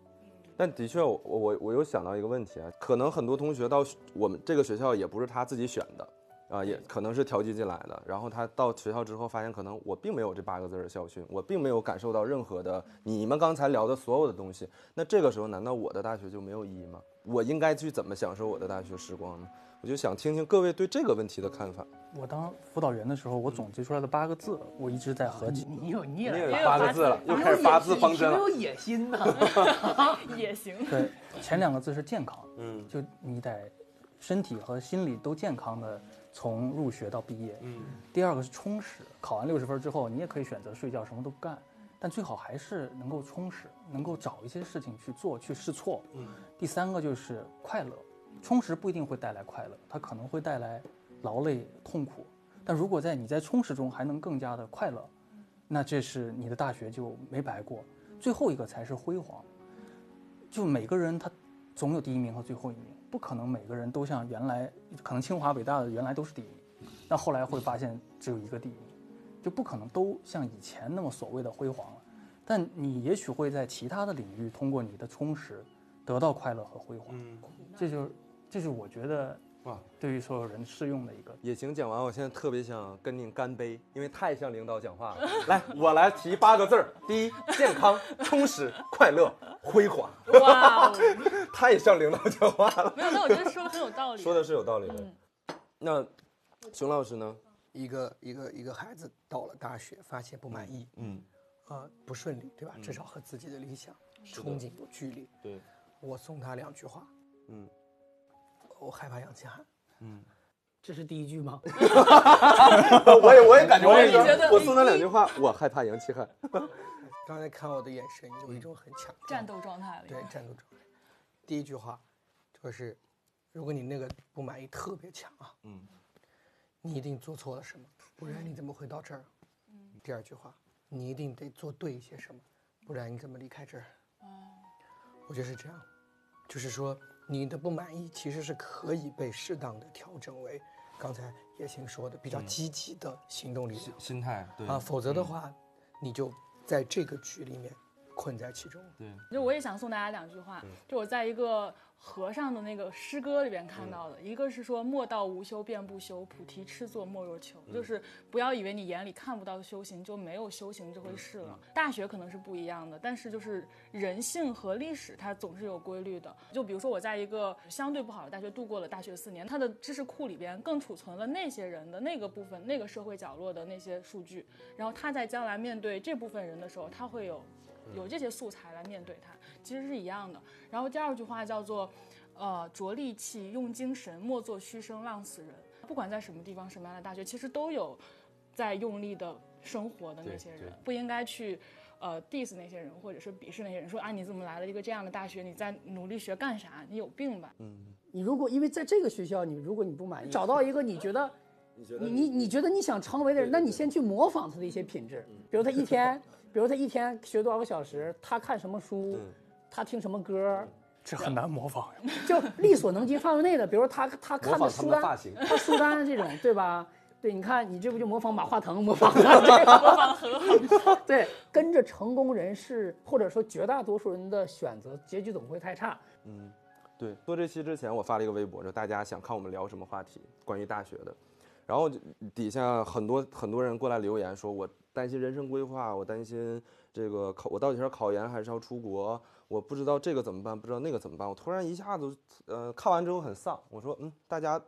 Speaker 3: 但的确，我我我又想到一个问题啊，可能很多同学到我们这个学校也不是他自己选的，啊、也可能是调剂进来的。然后他到学校之后，发现可能我并没有这八个字儿的校训，我并没有感受到任何的你们刚才聊的所有的东西。那这个时候，难道我的大学就没有意义吗？我应该去怎么享受我的大学时光呢？我就想听听各位对这个问题的看嗯法。
Speaker 6: 我当辅导员的时候，我总结出来的八个字，我一直在合计。
Speaker 5: 你有你也
Speaker 3: 你也
Speaker 1: 也
Speaker 3: 来
Speaker 1: 有八
Speaker 3: 八个
Speaker 1: 个
Speaker 3: 字
Speaker 1: 字
Speaker 3: 了，又开始八字方针
Speaker 5: 你
Speaker 3: 了。
Speaker 5: 有野心呐、 [LAUGHS]
Speaker 1: [LAUGHS] 也行。
Speaker 6: 对，前两个字是健康，
Speaker 3: 嗯
Speaker 6: 就你得身体和心理都健康的从入学到毕业。
Speaker 3: 嗯，
Speaker 6: 第二个是充实，考完六十分之后，你也可以选择睡觉，什么都不干，但最好还是能够充实，能够找一些事情去做，去试错。嗯，第三个就是快乐，充实不一定会带来快乐，它可能会带来劳累、痛苦，但如果在你在充实中还能更加的快乐，那这是你的大学就没白过。最后一个才是辉煌，就每个人他总有第一名和最后一名，不可能每个人都像原来，可能清华北大的原来都是第一名，但后来会发现只有一个第一名，就不可能都像以前那么所谓的辉煌了。但你也许会在其他的领域通过你的充实得到快乐和辉煌，这就是这是我觉得
Speaker 3: 哇
Speaker 6: 对于所有人适用的一个
Speaker 3: 也行，讲完，我现在特别想跟您干杯，因为太像领导讲话了。来，我来提八个字儿：第一，健康、充实、快乐、辉煌。
Speaker 1: 哇哦，
Speaker 3: 太像领导讲话了，
Speaker 1: 没有，但我觉得说的很有道理。
Speaker 3: 说的是有道理的。那熊老师呢？
Speaker 4: 一个一个一个孩子到了大学，发现不满意，
Speaker 3: 嗯，
Speaker 4: 呃，不顺利，对吧？至少和自己的理想、憧憬有距离。
Speaker 3: 对，
Speaker 4: 我送他两句话，
Speaker 3: 嗯，
Speaker 4: 我害怕杨奇涵，
Speaker 5: 这是第一句吗？
Speaker 3: 嗯 [LAUGHS] 我也我也感觉，
Speaker 1: 我也
Speaker 3: 也觉
Speaker 1: 觉得
Speaker 3: 我送他两句话，我害怕杨七汉。
Speaker 4: 刚才看我的眼神有一种很强调
Speaker 1: 战斗状态了，
Speaker 4: 对，战斗状态。第一句话就是，如果你那个不满意特别强啊，
Speaker 3: 嗯，
Speaker 4: 你一定做错了什么，不然你怎么会到这儿？啊第二句话，你一定得做对一些什么，不然你怎么离开这儿？我觉得是这样，就是说你的不满意其实是可以被适当的调整为刚才叶青说的比较积极的行动力量、
Speaker 3: 嗯心态对嗯
Speaker 4: 啊，否则的话，你就在这个局里面困在其中。
Speaker 3: 对，
Speaker 1: 就我也想送大家两句话，就我在一个和尚的那个诗歌里边看到的，一个是说“莫道无修便不修，菩提痴作莫若求”，就是不要以为你眼里看不到修行，就没有修行这回事了。大学可能是不一样的，但是就是人性和历史它总是有规律的。就比如说我在一个相对不好的大学度过了大学四年，它的知识库里边更储存了那些人的那个部分、那个社会角落的那些数据，然后他在将来面对这部分人的时候，他会有
Speaker 3: 嗯
Speaker 1: 有这些素材来面对它，其实是一样的。然后第二句话叫做，呃，着力气，用精神，莫作虚声，浪死人。不管在什么地方，什么样的大学，其实都有在用力的生活的那些
Speaker 3: 对
Speaker 1: 人
Speaker 3: 对，
Speaker 1: 不应该去。呃，diss 那些人，或者是鄙视那些人，说啊，你怎么来了一个这样的大学？你在努力学干啥？你有病吧？
Speaker 3: 嗯
Speaker 5: 你如果因为在这个学校，你如果你不满意，找到一个你觉得
Speaker 3: [LAUGHS] 你觉
Speaker 5: 你你你觉得你想成为的人，那你先去模仿他的一些品质，
Speaker 3: 嗯
Speaker 5: 比如他一天，
Speaker 3: [LAUGHS]
Speaker 5: 比如他一天学多少个小时，他看什么书，他听什么歌，
Speaker 6: 这很难模仿呀。
Speaker 5: [LAUGHS] 就力所能及范围内的，比如他他
Speaker 3: 模
Speaker 5: 看
Speaker 3: 仿他
Speaker 5: 书
Speaker 3: 们的发
Speaker 5: 单，
Speaker 3: 型，
Speaker 5: 他书单这种，对吧？对，你看你这不就模仿马化腾，
Speaker 3: [LAUGHS]
Speaker 5: 模仿他这个
Speaker 1: 模仿很好。
Speaker 5: [LAUGHS] 对，跟着成功人士或者说绝大多数人的选择，结局总不会太差。
Speaker 3: 对，做这期之前，我发了一个微博，就大家想看我们聊什么话题，关于大学的。然后就底下很多很多人过来留言，说我担心人生规划，我担心这个考，我到底是要考研还是要出国？我不知道这个怎么办，不知道那个怎么办。我突然一下子，呃，看完之后很丧。我说，嗯，大家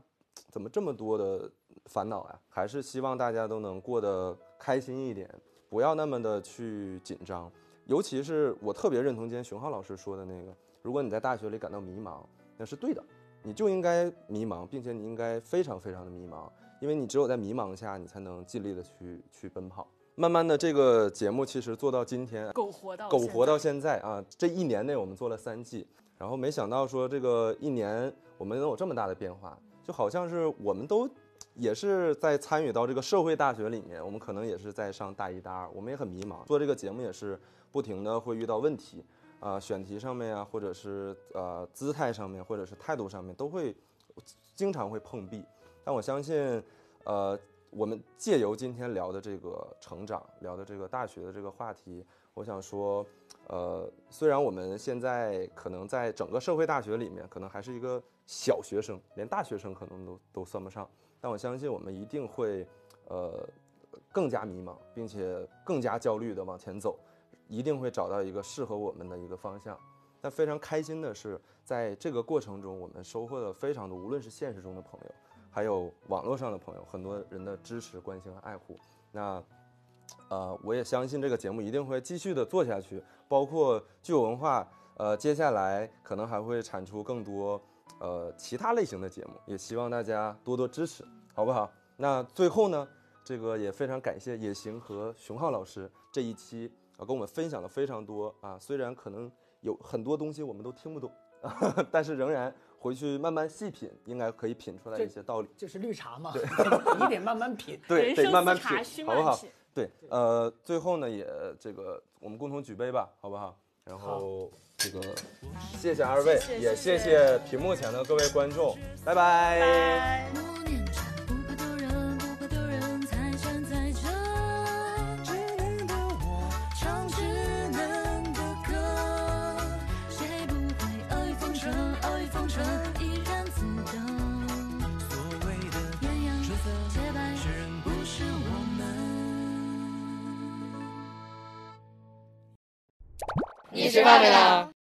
Speaker 3: 怎么这么多的烦恼呀、还是希望大家都能过得开心一点，不要那么的去紧张。尤其是我特别认同今天熊浩老师说的那个，如果你在大学里感到迷茫，那是对的，你就应该迷茫，并且你应该非常非常的迷茫，因为你只有在迷茫下，你才能尽力的去去奔跑。慢慢的，这个节目其实做到今天，
Speaker 1: 苟活到
Speaker 3: 苟
Speaker 1: 现
Speaker 3: 活
Speaker 1: 在
Speaker 3: 到现在啊，这一年内我们做了三季，然后没想到说这个一年我们能有这么大的变化，就好像是我们都也是在参与到这个社会大学里面，我们可能也是在上大一大二，我们也很迷茫，做这个节目也是不停的会遇到问题，啊、选题上面啊，或者是呃姿态上面，或者是态度上面，都会经常会碰壁，但我相信，呃。我们借由今天聊的这个成长，聊的这个大学的这个话题，我想说，呃，虽然我们现在可能在整个社会大学里面，可能还是一个小学生，连大学生可能都都算不上，但我相信我们一定会，呃，更加迷茫，并且更加焦虑的往前走，一定会找到一个适合我们的一个方向。但非常开心的是，在这个过程中，我们收获了非常多，无论是现实中的朋友，还有网络上的朋友，很多人的支持、关心和爱护。那呃，我也相信这个节目一定会继续的做下去，包括具有文化，呃，接下来可能还会产出更多呃其他类型的节目，也希望大家多多支持，好不好？那最后呢，这个也非常感谢野行和熊浩老师这一期啊、跟我们分享了非常多啊，虽然可能有很多东西我们都听不懂，但是仍然回去慢慢细品，应该可以品出来一些道理。
Speaker 5: 这是绿茶嘛？ [LAUGHS] 你得慢慢品。
Speaker 3: 对，
Speaker 1: 人生
Speaker 3: 得慢慢
Speaker 1: 自茶须
Speaker 3: 品，好
Speaker 1: 慢
Speaker 3: 不好
Speaker 1: 品？
Speaker 3: 对，呃，最后呢，也这个我们共同举杯吧，好不好？然后这个谢谢二位，
Speaker 1: 谢谢
Speaker 3: 也谢
Speaker 1: 谢谢
Speaker 3: 谢屏幕前的各位观众，拜
Speaker 1: 拜。
Speaker 8: 默念着不怕丢人，不怕丢人，才站在这。稚嫩的我，唱稚嫩的歌，谁不会阿谀奉承，阿谀奉承，怡然自得。
Speaker 9: 所谓的
Speaker 8: 鸳鸯
Speaker 9: 出色
Speaker 8: 洁白
Speaker 9: 世人
Speaker 8: 不是我们。
Speaker 2: 你吃饭没啦？